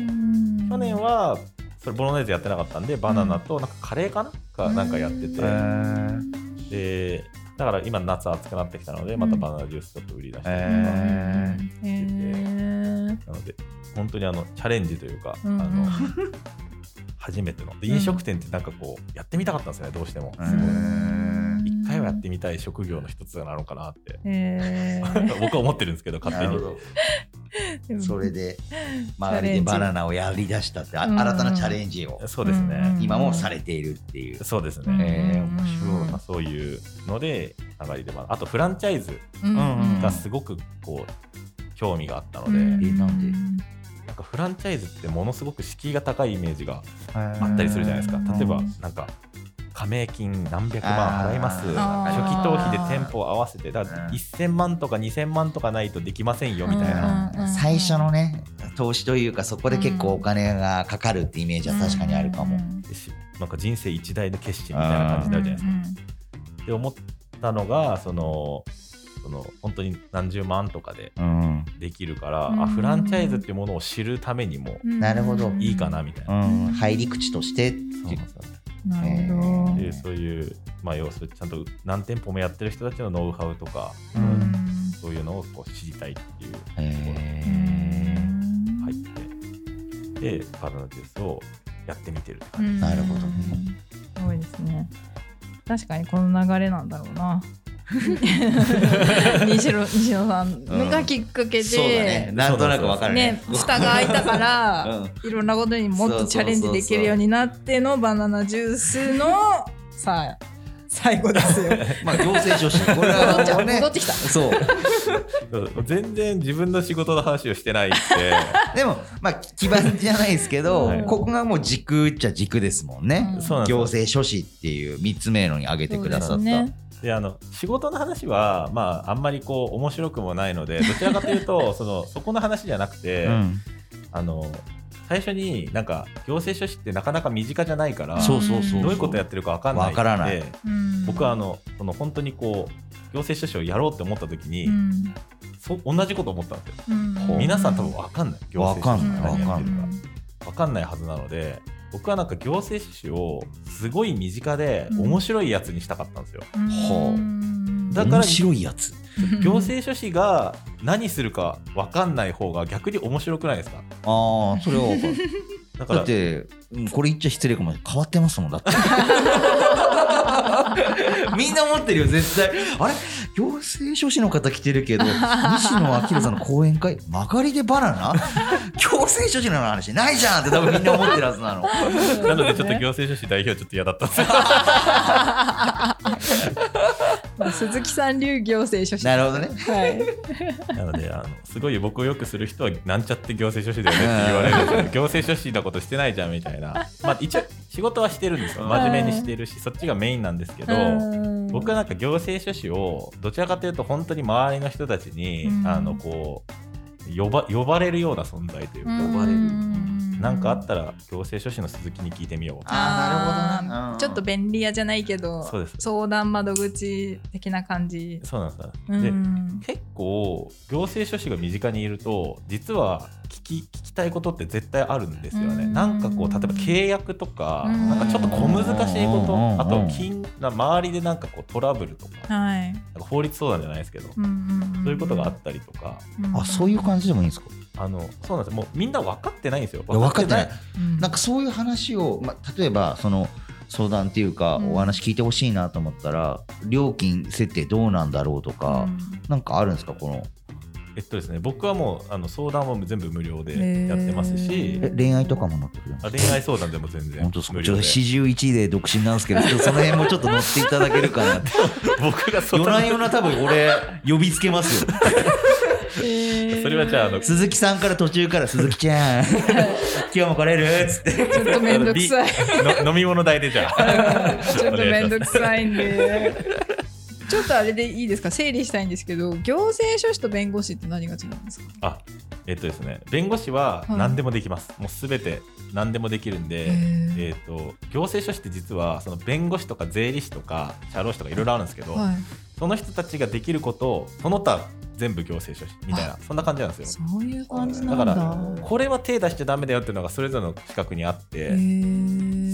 A: 去
E: 年はそれボロネーゼやってなかったんでバナナとなんかカレーかなかなんかやってて、でだから今夏暑くなってきたのでまたバナナジュースちょっと売り出して、
B: え
E: なので本当にあのチャレンジというか、
A: うん
E: あの初めてので飲食店ってなんかこうやってみたかったんですよねどうしても
B: ーん
E: 一回はやってみたい職業の一つなのかなって
A: え
E: 僕は思ってるんですけど勝
B: な
E: 手
B: るほ
E: に
B: ど それで
A: チャレ
B: 周り
A: ン
B: で
A: ジ
B: バナナをやりだしたってあ
A: うん
B: 新たなチャレンジを
E: そうですね、
B: 今もされているっていう。
E: そうです
A: うん
E: ね、
B: えー面白い
E: まあ、そういうので上がりでもあるあとフランチャイズ
A: うん
B: うん
E: がすごくこう興味があったので、
B: えなんで
E: なんかフランチャイズってものすごく敷居が高いイメージが
B: あ
E: あったりするじゃないですか例えば
B: うん
E: なんか加盟金何百万払います初期
A: あー
E: 投資で店舗を合わせてだから
B: うん
E: 1000万とか2000万とかないとできませんよみたいな、
A: うんうんうん
B: 最初のね投資というかそこで結構お金がかかるってイメージは確かにあるかも、
E: でしなんか人生一大の決心みたいな感じになるじゃないですかって思ったのがそのその本当に何十万とかで
B: うん
E: できるから、
A: うん
E: あフランチャイズっていうものを知るためにも
B: なるほど
E: いいかなみたいな。
B: うん入り口としてって
E: そう
B: い
E: なん
B: う
E: ですよ
A: なるほど
B: うん
E: でそういう、まあ、要するにちゃんと何店舗もやってる人たちのノウハウとか
B: うん
E: そういうのをこう知りたいっていうところ
B: え
E: が入ってでパラダジュースをやってみてるって感じ、
B: なるほどね
A: すごいですね確かにこの流れなんだろう な西野西野さんがきっかけで、
B: ーそうだねなんとなくわかるね
A: ね、下が空いたから、いろんなことにもっとチャレンジできるようになってのバナナジュースのさあ最後ですよ。
B: まあ行政書士これは
A: 戻っちゃう
B: ね
A: 戻ってきた
B: そう
E: そう全然自分の仕事の話をしてない って
B: でもまあ基盤じゃないです けど、
E: はい
B: ここがもう軸っちゃ軸ですもんね、
E: そうなんです
B: 行
E: よ
B: 政書士っていう3つ目のに挙げてくださった、
E: であの仕事の話は、まあ、あんまりこう面白くもないのでどちらかという とそのそこの話じゃなくて、
B: うん
E: あの最初になんか行政書士ってなかなか身近じゃないから
B: そうそうそう
E: どういうことやってるか分かんない
B: わからない
E: で僕はあのその本当にこう行政書士をやろうって思った時に、そ同じこと思ったんですよ。皆さん多分分かんない行政書士が何やってるか分かんないはずなので僕はなんか行政書士をすごい身近で
A: うん
E: 面白いやつにしたかったんですよ。
B: ほ
A: う
E: だから
B: 面白いやつ
E: 行政書士が何するか分かんない方が逆に面白くないですか
B: ああそれはわかる
E: だ か
B: だっ
E: ら
B: て、うんこれ言っちゃ失礼かも変わってますもんだって みんな思ってるよ絶対あれ行政書士の方来てるけ ど西野明さんの講演会曲がりでバナ ナ行政書士の話ないじゃんって多分みんな思ってるはずな の
E: なのでちょっと行政書士代表ちょっと嫌だったんですよ
A: 鈴木さん流行政書士
B: なるほどね
A: はい
E: なのであのすごい僕をよくする人はなんちゃって行政書士だよねって言われるんですけど行政書士のことしてないじゃんみたいなまあ一応仕事はしてるんですよ真面目にしてるしそっちがメインなんですけど僕はなんか行政書士をどちらかというと本当に周りの人たちに
A: うん
E: あのこう呼ば呼ばれるような存在というかなんかあったら行政書士の鈴木に聞いてみよう
B: あーなるほどなうん
A: ちょっと便利屋じゃないけど
E: そうです
A: 相談窓口的な感じ
E: そうなんですよ、
A: う
E: で
A: ん
E: 結構行政書士が身近にいると実は聞き聞きたいことって絶対あるんですよね、
A: うん
E: なんかこう例えば契約とか、
A: うん
E: なんかちょっと小難しいこと、
B: うん
E: あと金な周りでなんかこうトラブルとか
A: はい
E: なんか法律相談じゃないですけど、そういうことがあったりとか
B: あそういう感じでもいいんですか
E: あのそうなんですよもうみんな分かってないんですよ
B: いや分かってない
A: うん
B: なんかそういう話を、まあ、例えばその相談っていうか、
A: うん
B: お話聞いてほしいなと思ったら料金設定どうなんだろうとか、なんかあるんですかこの
E: えっとですね僕はもうあの相談は全部無料
A: へー
E: でやってますし
B: え恋愛とかも載ってくるんですか
E: あ恋愛相談でも全然
B: 本当です
E: 無
B: かち
E: 料
B: ょっ
E: で
B: と四十一で独身なんですけどちょっとその辺もちょっと乗っていただけるかなって
E: 僕が相
B: 夜
E: 談
B: な夜な多分俺呼びつけますよ
E: それはじゃああの
B: 鈴木さんから途中から「鈴木ちゃん今日も来れる?」っつって
A: ちょっと面倒くさい
E: の飲み物代でじゃあ
A: ちょっと面倒
E: く
A: くさいんでちょっとあれでいいですか整理したいんですけど行政書士と弁護士って何が違うんですか
E: あえっとですね弁護士は何でもできます、もうすべて何でもできるんで、
A: へー
E: えっと行政書士って実はその弁護士とか税理士とか社労士とかいろいろあるんですけど、
A: は
E: その人たちができることをその他全部行政書士みたいなそんな感じなんで
A: い
E: す
A: そ
E: よ
A: ういう感じな
E: だ
A: ん
E: か
A: だ
E: らこれは手出しちゃダメだよっていうのがそれぞれの資格にあって、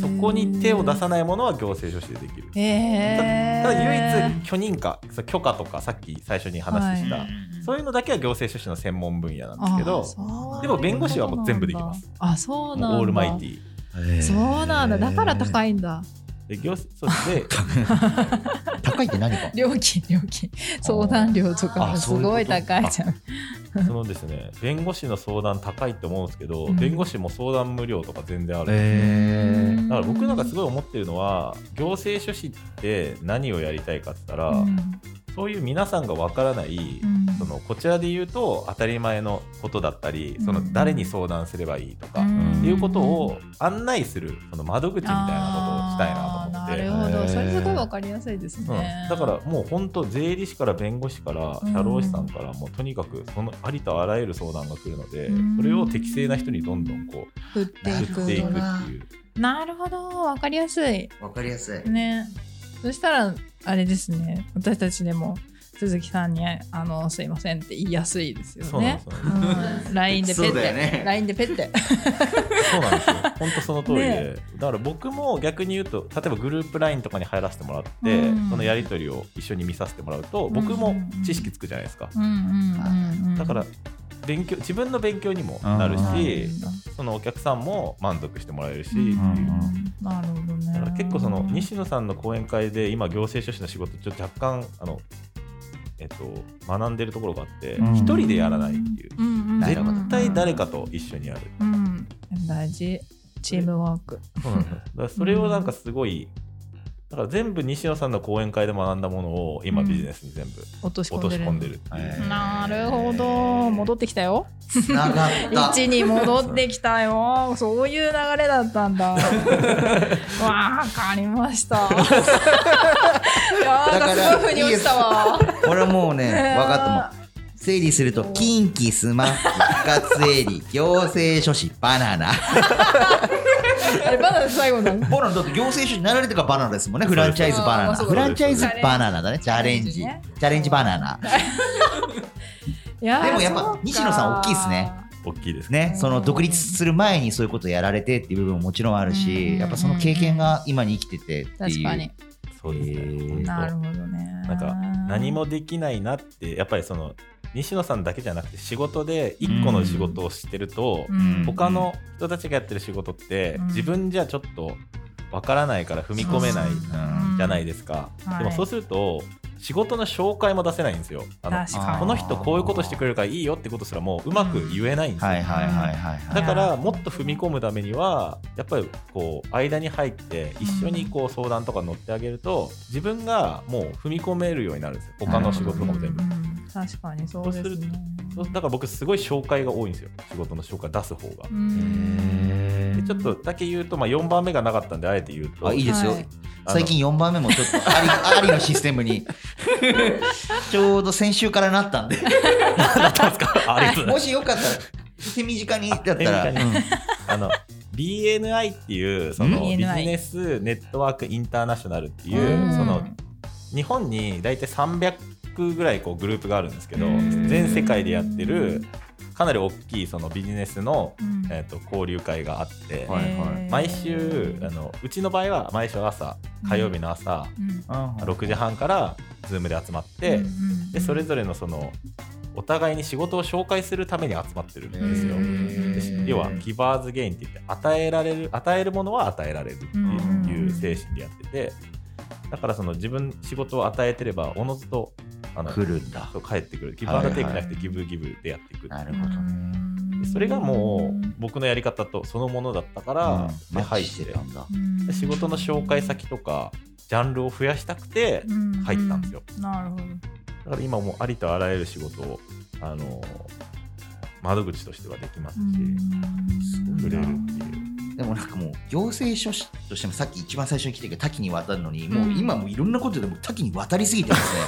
E: そこに手を出さないものは行政書士でできる、
A: へー
E: ただ唯一許認可そう許可とかさっき最初に話した、
A: は
E: そういうのだけは行政書士の専門分野なんですけ
A: あ
E: ど
A: そう
E: でも弁護士はもう全部できます
A: あそうなん
E: も
A: だ
E: うオールマイティー
B: へー
A: そうなんだだから高いんだ
E: で行政そうで
B: 高いって何か
A: 料金料金相談料とかも
B: あ
A: す
B: そういうこと
A: ごい高いじゃん
E: そのですね弁護士の相談高いと思うんですけど、
A: うん
E: 弁護士も相談無料とか全然ある、
B: え
A: うん
E: だから僕なんかすごい思ってるのは行政書士って何をやりたいかって言ったら、
A: うん
E: そういう皆さんがわからない
A: うん
E: そのこちらで言うと当たり前のことだったりそうの
A: ん
E: 誰に相談すればいいとか、
A: ん
E: っていうことを案内するその窓口みたいなことをしたいなと思
A: あ
E: っ
A: ー
E: て。
A: なるほ
B: へ
A: ど
B: ー
A: それすごいわかりやすいですね、
E: うん、だからもう本当税理士から弁護士から
A: うん
E: 社労士さんからもうとにかくそのありとあらゆる相談が来るので
A: うん
E: それを適正な人にどんどんこう
A: 振ってい
E: 振
A: く
E: っていくって
B: なる
E: いう
A: なるほどわかりやすい
B: わかりやすい。
A: ねそしたらあれですね私たちでも鈴木さんに「あのすいません」って言いやすいですよ
E: そうなんで
A: ね
E: すよね
A: うん LINE でペ
B: そ
A: ッ
B: うだよ
A: て
B: ね
A: LINE でペッ て
E: そうなんですよ本当その通りで、
A: ね
E: だから僕も逆に言うと例えばグループ LINE とかに入らせてもらって、
A: うん
E: そのやり取りを一緒に見させてもらうと僕も知識つくじゃないですか、
A: うんうんうんうん
E: だから勉強自分の勉強にもなるしそのお客さんも満足してもらえるし、
A: うん
B: っていう
A: なるほどね
E: だから結構その西野さんの講演会で今行政書士の仕事ちょっと若干あの、えっと、学んでるところがあって一、
B: うん
E: 人でやらないっていう
A: うんうんうん
B: なるほど
E: 絶対誰かと一緒にやる
A: うん大事チームワーク
E: そうなんですよ だからそれをなんかすごいだから全部西野さんの講演会で学んだものを今ビジネスに全部
A: 落とし込
E: 落
A: ん
E: と
A: で
E: し
A: る
E: 込んでるっていう、
B: え
A: なるほど戻ってきたよ
B: つながった。
A: 一に戻ってきた よそういう流れだったんだわかりましたい やーなんかすごい風に落ちたわ
B: これはもうね、分かったもん。
A: も
B: 整理すると、近畿スマス、復活 整理、行政書士、バナナ。
A: あれバナナ最後なの
B: バナナだって行政書士になられてからバナナですもんね。フランチャイズバナ
A: あーま
B: ナ。
A: あそう
B: フ
A: だ
B: ランチャイズバナナだね。チ
A: チャ
B: ャ
A: レ
B: レ
A: ン
B: ン
A: ジ
B: ジ。チ
A: ね
B: ャレンジバナナ。
A: いやー
B: でもやっぱ
A: そうか
B: 西野さん大きいっすね
E: 大きいですね
B: ね、その独立する前にそういうことやられてっていう部分ももちろんある
A: うんうんうん
B: し、やっぱその経験が今に生きててって
A: 確
B: いう。
A: かに
E: そうですね
B: へー
E: 本当
A: なるほどね
E: なんか何もできないなってやっぱりその西野さんだけじゃなくて仕事で一個の仕事をしてると、
A: うん
E: 他の人たちがやってる仕事って、
A: うん
E: 自分じゃちょっとわからないから踏み込めないじゃないですか、
A: はい
E: でもそうすると仕事の紹介も出せないんですよあの
A: 確かに
E: この人こういうことしてくれるからいいよってことすらもううまく言えないんですよ、
B: はいはいはいはいはい。
E: だからもっと踏み込むためにはやっぱりこう間に入って一緒にこう相談とか乗ってあげると自分がもう踏み込めるようになるんですよ他の仕事とかも全部
A: うんうん確かにそうですね
E: そうだから僕すごい紹介が多いんですよ仕事の紹介出す方が
A: う。ん
B: へ
E: で
B: ー
E: ちょっとだけ言うと、まあ、4番目がなかったんであえて言うと
B: あいいですよ、
A: はい
E: あの
B: 最近4番目もちょっとありありのシステム にちょうど先週からなったんで
E: ありがとうござい
B: も
E: ます
B: しよかったら手短にだったら、
E: 手短あの BNI っていうその
A: BNI
E: ビジネスネットワークインターナショナルって
A: う
E: い
A: ん
E: うその日本に大体300ぐらいこうグループがあるんですけど
A: うん
E: 全世界でやってるかなり大きいそのビジネスの、
A: うん
E: えー、と交流会があって、
B: はい
E: 毎週あのうちの場合は毎週朝火曜日の朝、
A: うん
E: 6時半から Zoom で集まって、
A: うんうん
E: でそれぞれのそのお互いに仕事を紹介するために集まってるんですよ。
A: へ
E: 要はギバーズゲインって言って与えられる与えるものは与えられるっていう精神でやっててだからその自分仕事を与えてればおのずとあの
B: 来るんだ
E: そう帰ってくるギバードテイクじゃなくてギブギブでやっていくっていう
B: なるほどね、
E: でそれがもう僕のやり方とそのものだった
B: う
E: か
B: ん
E: ら、で
B: マッ
E: 入
B: チ
E: っ
B: して
E: て
B: たんだ
A: うん
E: で仕事の紹介先とかジャンルを増やしたくて入ったんですよ。
A: うんなるほど
E: だから今もうありとあらゆる仕事を、あの窓口としてはできますし、触れるっていう。
B: でもなんかもう行政書士としてもさっき一番最初に来てる多岐にわたるのに、もう今もういろんなことでもう多岐に渡りすぎて ますね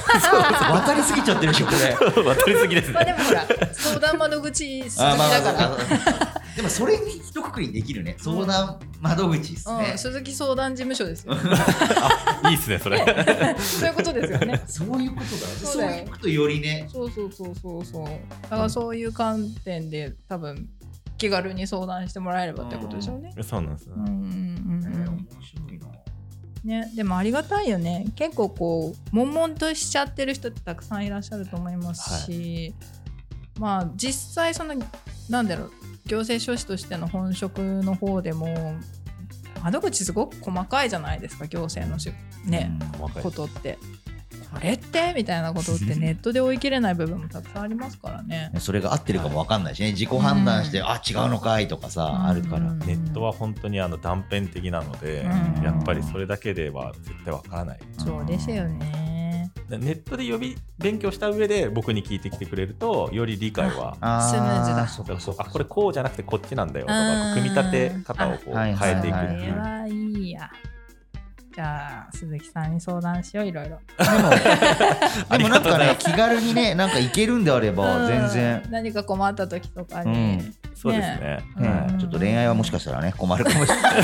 B: 渡りすぎちゃってるでしょこれ
E: 渡りすぎです
A: まあで
E: ね。
A: もほら相談窓口筋だ
B: あーまあまあ
A: から
B: ま あでもそれに一括りにできるね相談窓口ですね
A: うん、鈴木相談事務所ですよ
E: いいっすね、それ。
A: そういうことですよね
B: そういうことだ
A: そ
B: そうう
A: だよ
B: いうことよりね
A: そうそうそうそうそうだからそういう観点で多分気軽に相談してもらえればってことでしょうね
E: そうなんです
A: うんうんう
B: え
A: んう
B: ー
A: ん
B: 面白いな
A: ね、でもありがたいよね結構こう悶々としちゃってる人ってたくさんいらっしゃると思いますし、まあ実際そのなんだろう行政書士としての本職の方でも窓口すごく細かいじゃないですか行政のしね、
E: 細かい
A: ことって。これってみたいなこと ってネットで追い切れない部分もたくさんありますからね。
B: うんそれが合ってるかもわかんないしね自己判断して、
A: う
B: あ違うのかいとかさあるから、
E: ネットは本当にあの断片的なので、
A: うん
E: やっぱりそれだけでは絶対わからない。
A: そうですよね。
E: ネットで予備勉強した上で僕に聞いてきてくれるとより理解は
B: あ
A: スムーズだ
B: そっ
E: そう
B: か
E: そ
B: そうっか
E: あこれこうじゃなくてこっちなんだよと
A: あー
E: か組み立て方をこう
B: あはい
E: 変えていくっ
A: そ
B: は
E: て
B: い
E: い
A: れ
E: う
A: はいいや。じゃあ、鈴木さんに相談しよう、いろいろ。
E: あ
B: で
E: り
B: もな
E: が
B: ん
E: とう
B: か
E: ござい
B: ね
E: ま
B: 気軽にねなんかいけるんであれば全
A: うん
B: 然、
A: 何か困った時とか
B: う
A: に。
B: ん
E: そうですね
A: うん
B: ね
A: うん
B: ちょっと恋愛はもしかしたらね困るかもしれ ない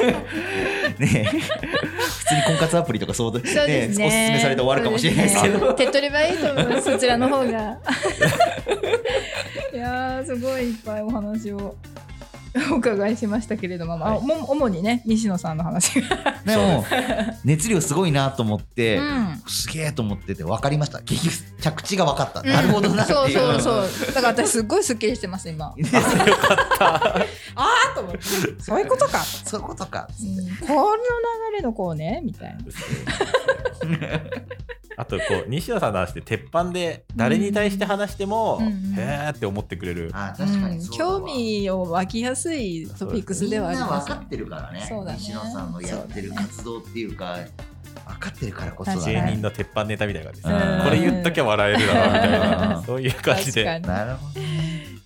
B: ねえ普通に婚活アプリとか相談、ね
A: そうですね。
B: おすすめされて終わるかもしれないですけど
A: そうですね 手っ取り早いと思います、そちらの方が。 いやー、すごいいっぱいお話を。お伺いしましたけれども、まあ
E: はい
A: も主にね西野さんの話が、
B: でも熱量すごいなと思って、
A: うん
B: すげえと思ってて分かりました結局着地が分かった、なるほどなって
A: そう
B: いう
A: そうそうだから私すっごいすっきりしてます今ああと思ってそういうことか、
B: そういうことか
A: うん、この流れのこうねみたいな
E: あとこう西野さんの話で鉄板で誰に対して話しても、
A: うん
E: へーって思ってくれる、
B: あー確か
A: うん
B: に、そうだわ
A: 興味を湧きやすいトピックス
B: みん
A: ではあり
B: な
A: ます
B: 分かってるからね
A: そうだね
B: 西野さんのやってる活動っていうか分かってるからこそだ
A: 確
E: 芸
A: か
B: ね
E: 人の鉄板ネタみたいな感じです、
B: うん
E: これ言っときゃ笑えるだろうみた い
B: うん
E: なそういう感じで
A: 確かに
B: なるほど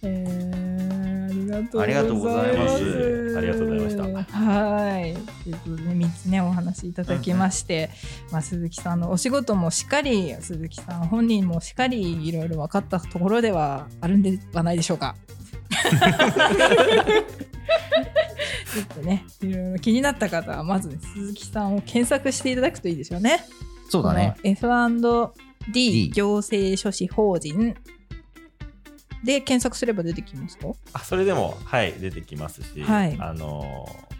A: えー、
B: あ
A: あ
B: り
A: り
B: が
A: がと
B: とう
A: う
B: ご
A: ご
B: ざ
A: ざ
B: い
A: い
B: ま
A: ますす。
E: ありがとうございま
A: した。はい、ということで三つねお話いただきまして、まあ鈴木さんのお仕事もしっかり、鈴木さん本人もしっかりいろいろ分かったところではあるんではないでしょう か。ちょっとね、いろいろ気になった方はまず鈴木さんを検索していただくといいでしょうね。
B: そうだね。
A: F&D
B: D
A: 行政書士法人で検索すれば出てきますか
E: あそれでもはい出てきますし、
A: はい
E: あのー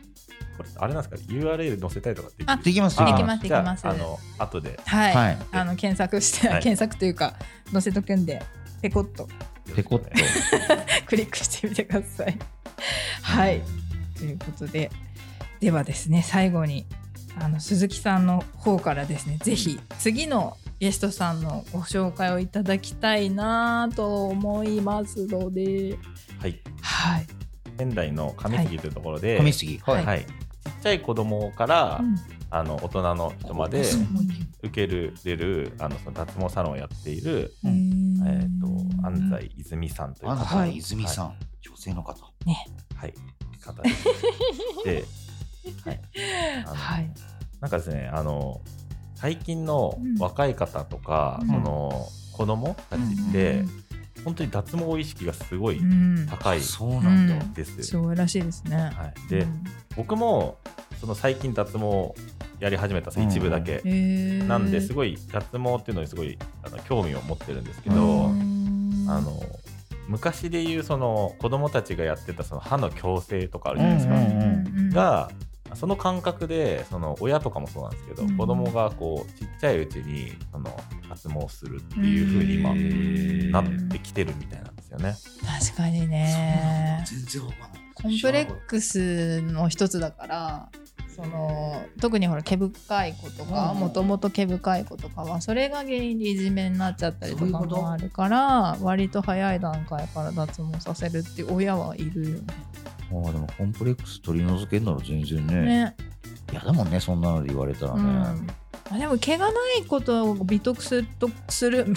E: これあれなんですか URL 載せたりとかって
A: あ
B: できます
E: あー
A: できます
E: じゃあ
A: できます
E: あの後で
A: はい、
B: はい
A: あの検索して、
E: はい
A: 検索というか載せとくんでペコッと
B: ペコッと
A: クリックしてみてください。はいということでではですね最後にあの鈴木さんの方からですねぜひ次のゲストさんのご紹介をいただきたいなと思いますので、
E: はい
A: はい、
E: 仙台の上杉というところで、
B: 込みすぎ
E: はいちっちゃい子供から、
A: うん
E: あの大人の人まで
B: そう
E: 受けるれるあのその脱毛サロンをやっている、
A: え
B: う
E: えー、と安
A: 西
E: 西泉さんとい
B: あ
E: う方
B: な
A: は
B: た
A: い
B: 泉さん、女性の方
E: はい、方です。で、 はい、あの
A: はい
E: なんかですね、あの最近の
A: うん
E: 若い方とか、
A: うん
E: その子供たちって、本当に脱毛意識がすごい
A: うん
E: 高い
B: そうなんだ、
A: うん
E: です。
A: そうらしいですね。
E: はい、で、
A: うん
E: 僕もその最近脱毛やり始めたんです、
B: うん
E: 一部だけ。
A: へー
E: なんですごい脱毛っていうのにすごいあの興味を持ってるんですけど、
A: うん
E: あの昔でいうその子供たちがやってたその歯の矯正とかあるじゃないですか、
B: うん
E: がその感覚でその親とかもそうなんですけど、
A: うん
E: 子供がこうちっちゃいうちにその脱毛するっていう風に今、なってきてるみたいなんですよね。
A: 確かにね
B: 全然わかんない
A: コンプレックスの一つだからその特にほら毛深い子とか
B: うん
A: もともと毛深い子とかはそれが原因でいじめになっちゃったりとか
B: そういうこと
A: もあるから割と早い段階から脱毛させるっていう親はいるよ
B: あーでもコンプレックス取り除けんなら全然ね
A: ね。ね
B: いやだもんねそんなので言われたら
A: う
B: ね、
A: んあでも毛がないことを美徳するとする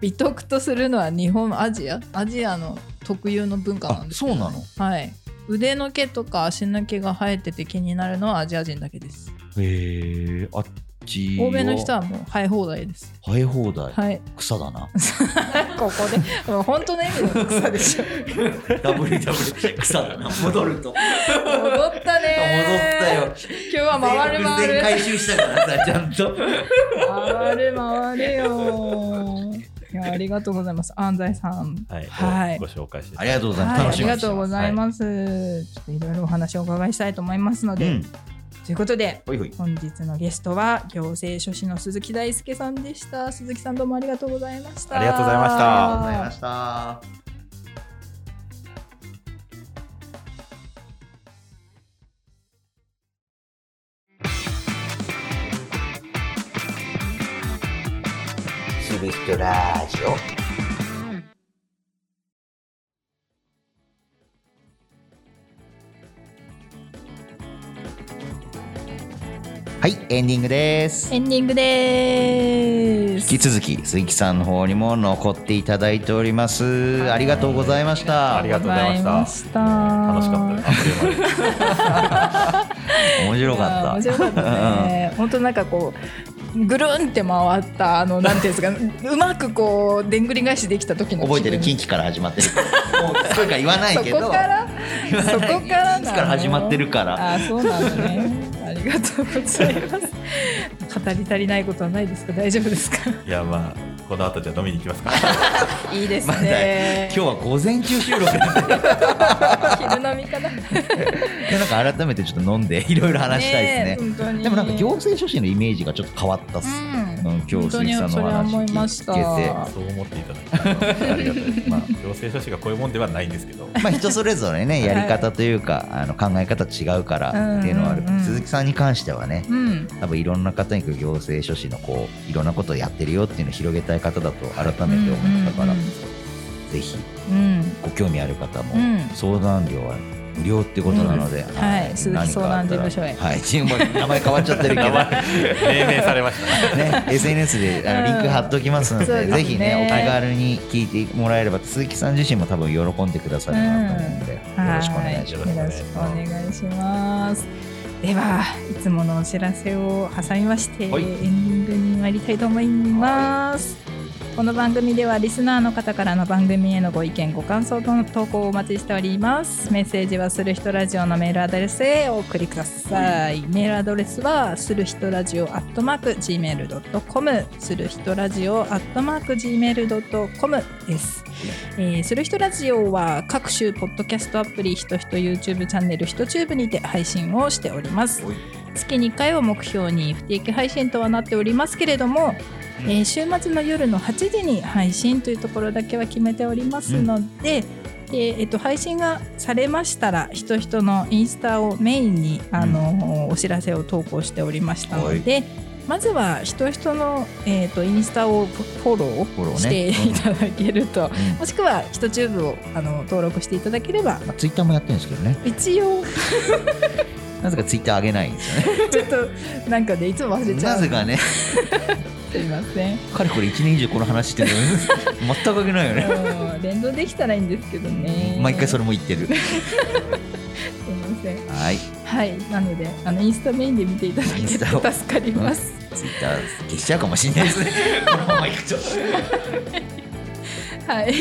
A: 美徳とするのは日本アジアアジアの特有の文化な
B: あ
A: んです
B: そうなの
A: はい腕の毛とか足の毛が生えてて気になるのはアジア人だけです
B: へえあっち
A: 欧米の人はもう生え放題です
B: 生え放題、
A: はい
B: 草 だな
A: ここで もう本当の意味の 草でしょ
B: ダブルダブル草だな戻ると戻っ
A: 戻ったね
B: たよ
A: 今日は回る回る
B: 回収したからさちゃんと
A: 回る回るよいやありがとうございます安西さん
E: はい、
A: はい
E: ご紹介して
B: ありがとうございま
A: は
B: す、
A: い、あ
B: 楽し
A: り
B: みに
A: が
B: して
A: とうございます。ちょっといろいろお話をお伺いしたいと思いますの
B: う
A: で、
B: ん
A: ということで
B: ほいほい
A: 本日のゲストは行政書士の鈴木大輔さんでした。鈴木さんどうもありがとうございました。
E: ありがとうございました
B: ありがとうございましたすべてラジオはいエンディングです
A: エンディングで
B: 引き続き鈴木さんの方にも残っていただいております。ありがとうございました。
E: ありがとうございました。楽しかったです。あっという間に
B: 面白かった。
A: 面白かった ね。本当なんかこうぐるんって回ったあのなんていうんです か、うまくこうでんぐり返しできた時の
B: 覚えてる
A: 気
B: 近
A: 分
B: 畿から始まってる。もうそれから言わないけど。
A: そこから
B: 言わない
A: そこからなの
B: 近畿から始まってるから。
A: あーそうなのね。ありがとうございます。語り足りないことはないですか。大丈夫ですか。
E: いやまあこの後じゃあ飲みに行きますか。
A: いいです
B: まだ
A: ね
B: 今。日は午前中 収録なんで
A: 昼飲みかな。
B: なんか改めてちょっと飲んでいろいろ話したいですね。
A: え本当に。
B: でもなんか行政書士のイメージがちょっと変わったっす。
A: うん
B: うん今日鈴木さん
A: 本当にそ
B: のお話
A: れは思いました
B: 聞け
E: そう思っていただいてありがたいです。まあ行政書士がこういうもんではないんですけど。
B: て、まあ、人それぞれ ね
A: い
B: やり方というか、あの考え方違うからっていうのはある、
A: うんうんうん
B: 鈴木さんに関してはね
A: うん。
B: 多分いろんな方に行政書士のこういろんなことをやってるよっていうのを広げたい方だと改めて思ったから、
A: うんうん
B: ぜひ
A: うん。
B: ご興味ある方も、
A: うん
B: 相談料は無料ってことなので、
A: んはい鈴木相談事務所へ
B: 何かあったらはい、名前変わっちゃってるけど
E: 名前命名されました。
B: ね、SNS であの
A: うん
B: リンク貼っときますので,、
A: そうですね
B: ぜひねお気軽に聞いてもらえれば鈴木さん自身も多分喜んでくださるなと思うので、よろしくお願いします。
A: はいよろしくお願いします。ではいつものお知らせを挟みまして、
E: はい
A: エンディングに参りたいと思います。この番組ではリスナーの方からの番組へのご意見ご感想の投稿をお待ちしておりますメッセージはする人ラジオのメールアドレスへお送りくださいメールアドレスはする人ラジオアットマーク Gmail.com する人ラジオアットマーク Gmail.com ですえー、する人ラジオは各種ポッドキャストアプリひとひと YouTube チャンネルひとチューブにて配信をしております
B: はい
A: 月2回を目標に不定期配信とはなっておりますけれども、
B: うん
A: えー週末の夜の8時に配信というところだけは決めておりますので、えーえっと、配信がされましたらひとひとのインスタをメインに、あのお知らせを投稿しておりましたので、まずはひとひとの、えー、とインスタをフォロ
B: フォ
A: ー
B: ローね
A: していただけると
B: うん
A: もしくは、ヒトチューブをあの登録していただければ、
B: まあ、ツイッターもやってるんですけどね
A: 一応、
B: なぜかツイッター上げないんですよ
A: ちょっと、なんかね、いつも忘れ
B: ね
A: ちゃ
B: な
A: う。
B: ぜかね
A: すいません。うん
B: かれこれ1年以上この話してる のに全く上げないよね
A: 連動できたらいいんですけどね。
B: 毎回そ
A: れ。
B: れも言ってる
A: すいません。
B: はい
A: はい、なので、あのインスタメインで見ていただけ
B: インス
A: る
B: タを
A: と助かります。
B: ツイッター消しちゃうかもしれない ですねこのままいくと
A: はい、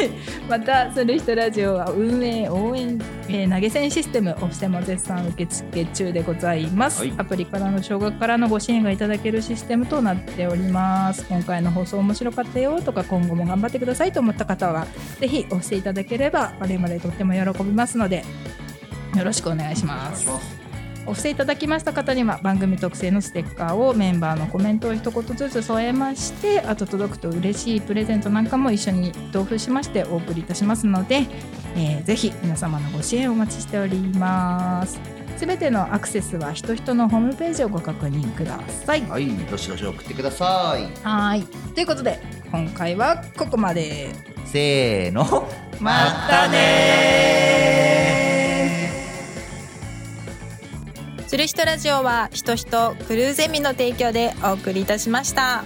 A: また「する人ラジオ」は運営応援、えー投げ銭システムオフセも絶賛受付中でございます、
B: はい
A: アプリからの少額からのご支援がいただけるシステムとなっております今回の放送面白かったよとか今後も頑張ってくださいと思った方はぜひ押していただければ我々とっても喜びますのでよろしくお願いしますお布施いただきました方には番組特製のステッカーをメンバーのコメントを一言ずつ添えましてあと届くと嬉しいプレゼントなんかも一緒に同封しましてお送りいたしますので、えーぜひ皆様のご支援をお待ちしておりますすべてのアクセスはひとひとのホームページをご確認ください
B: はいどしどし送ってください
A: はいということで今回はここまで
B: せーの
A: またね
C: する人ラジオは人人クルーゼミの提供でお送りいたしました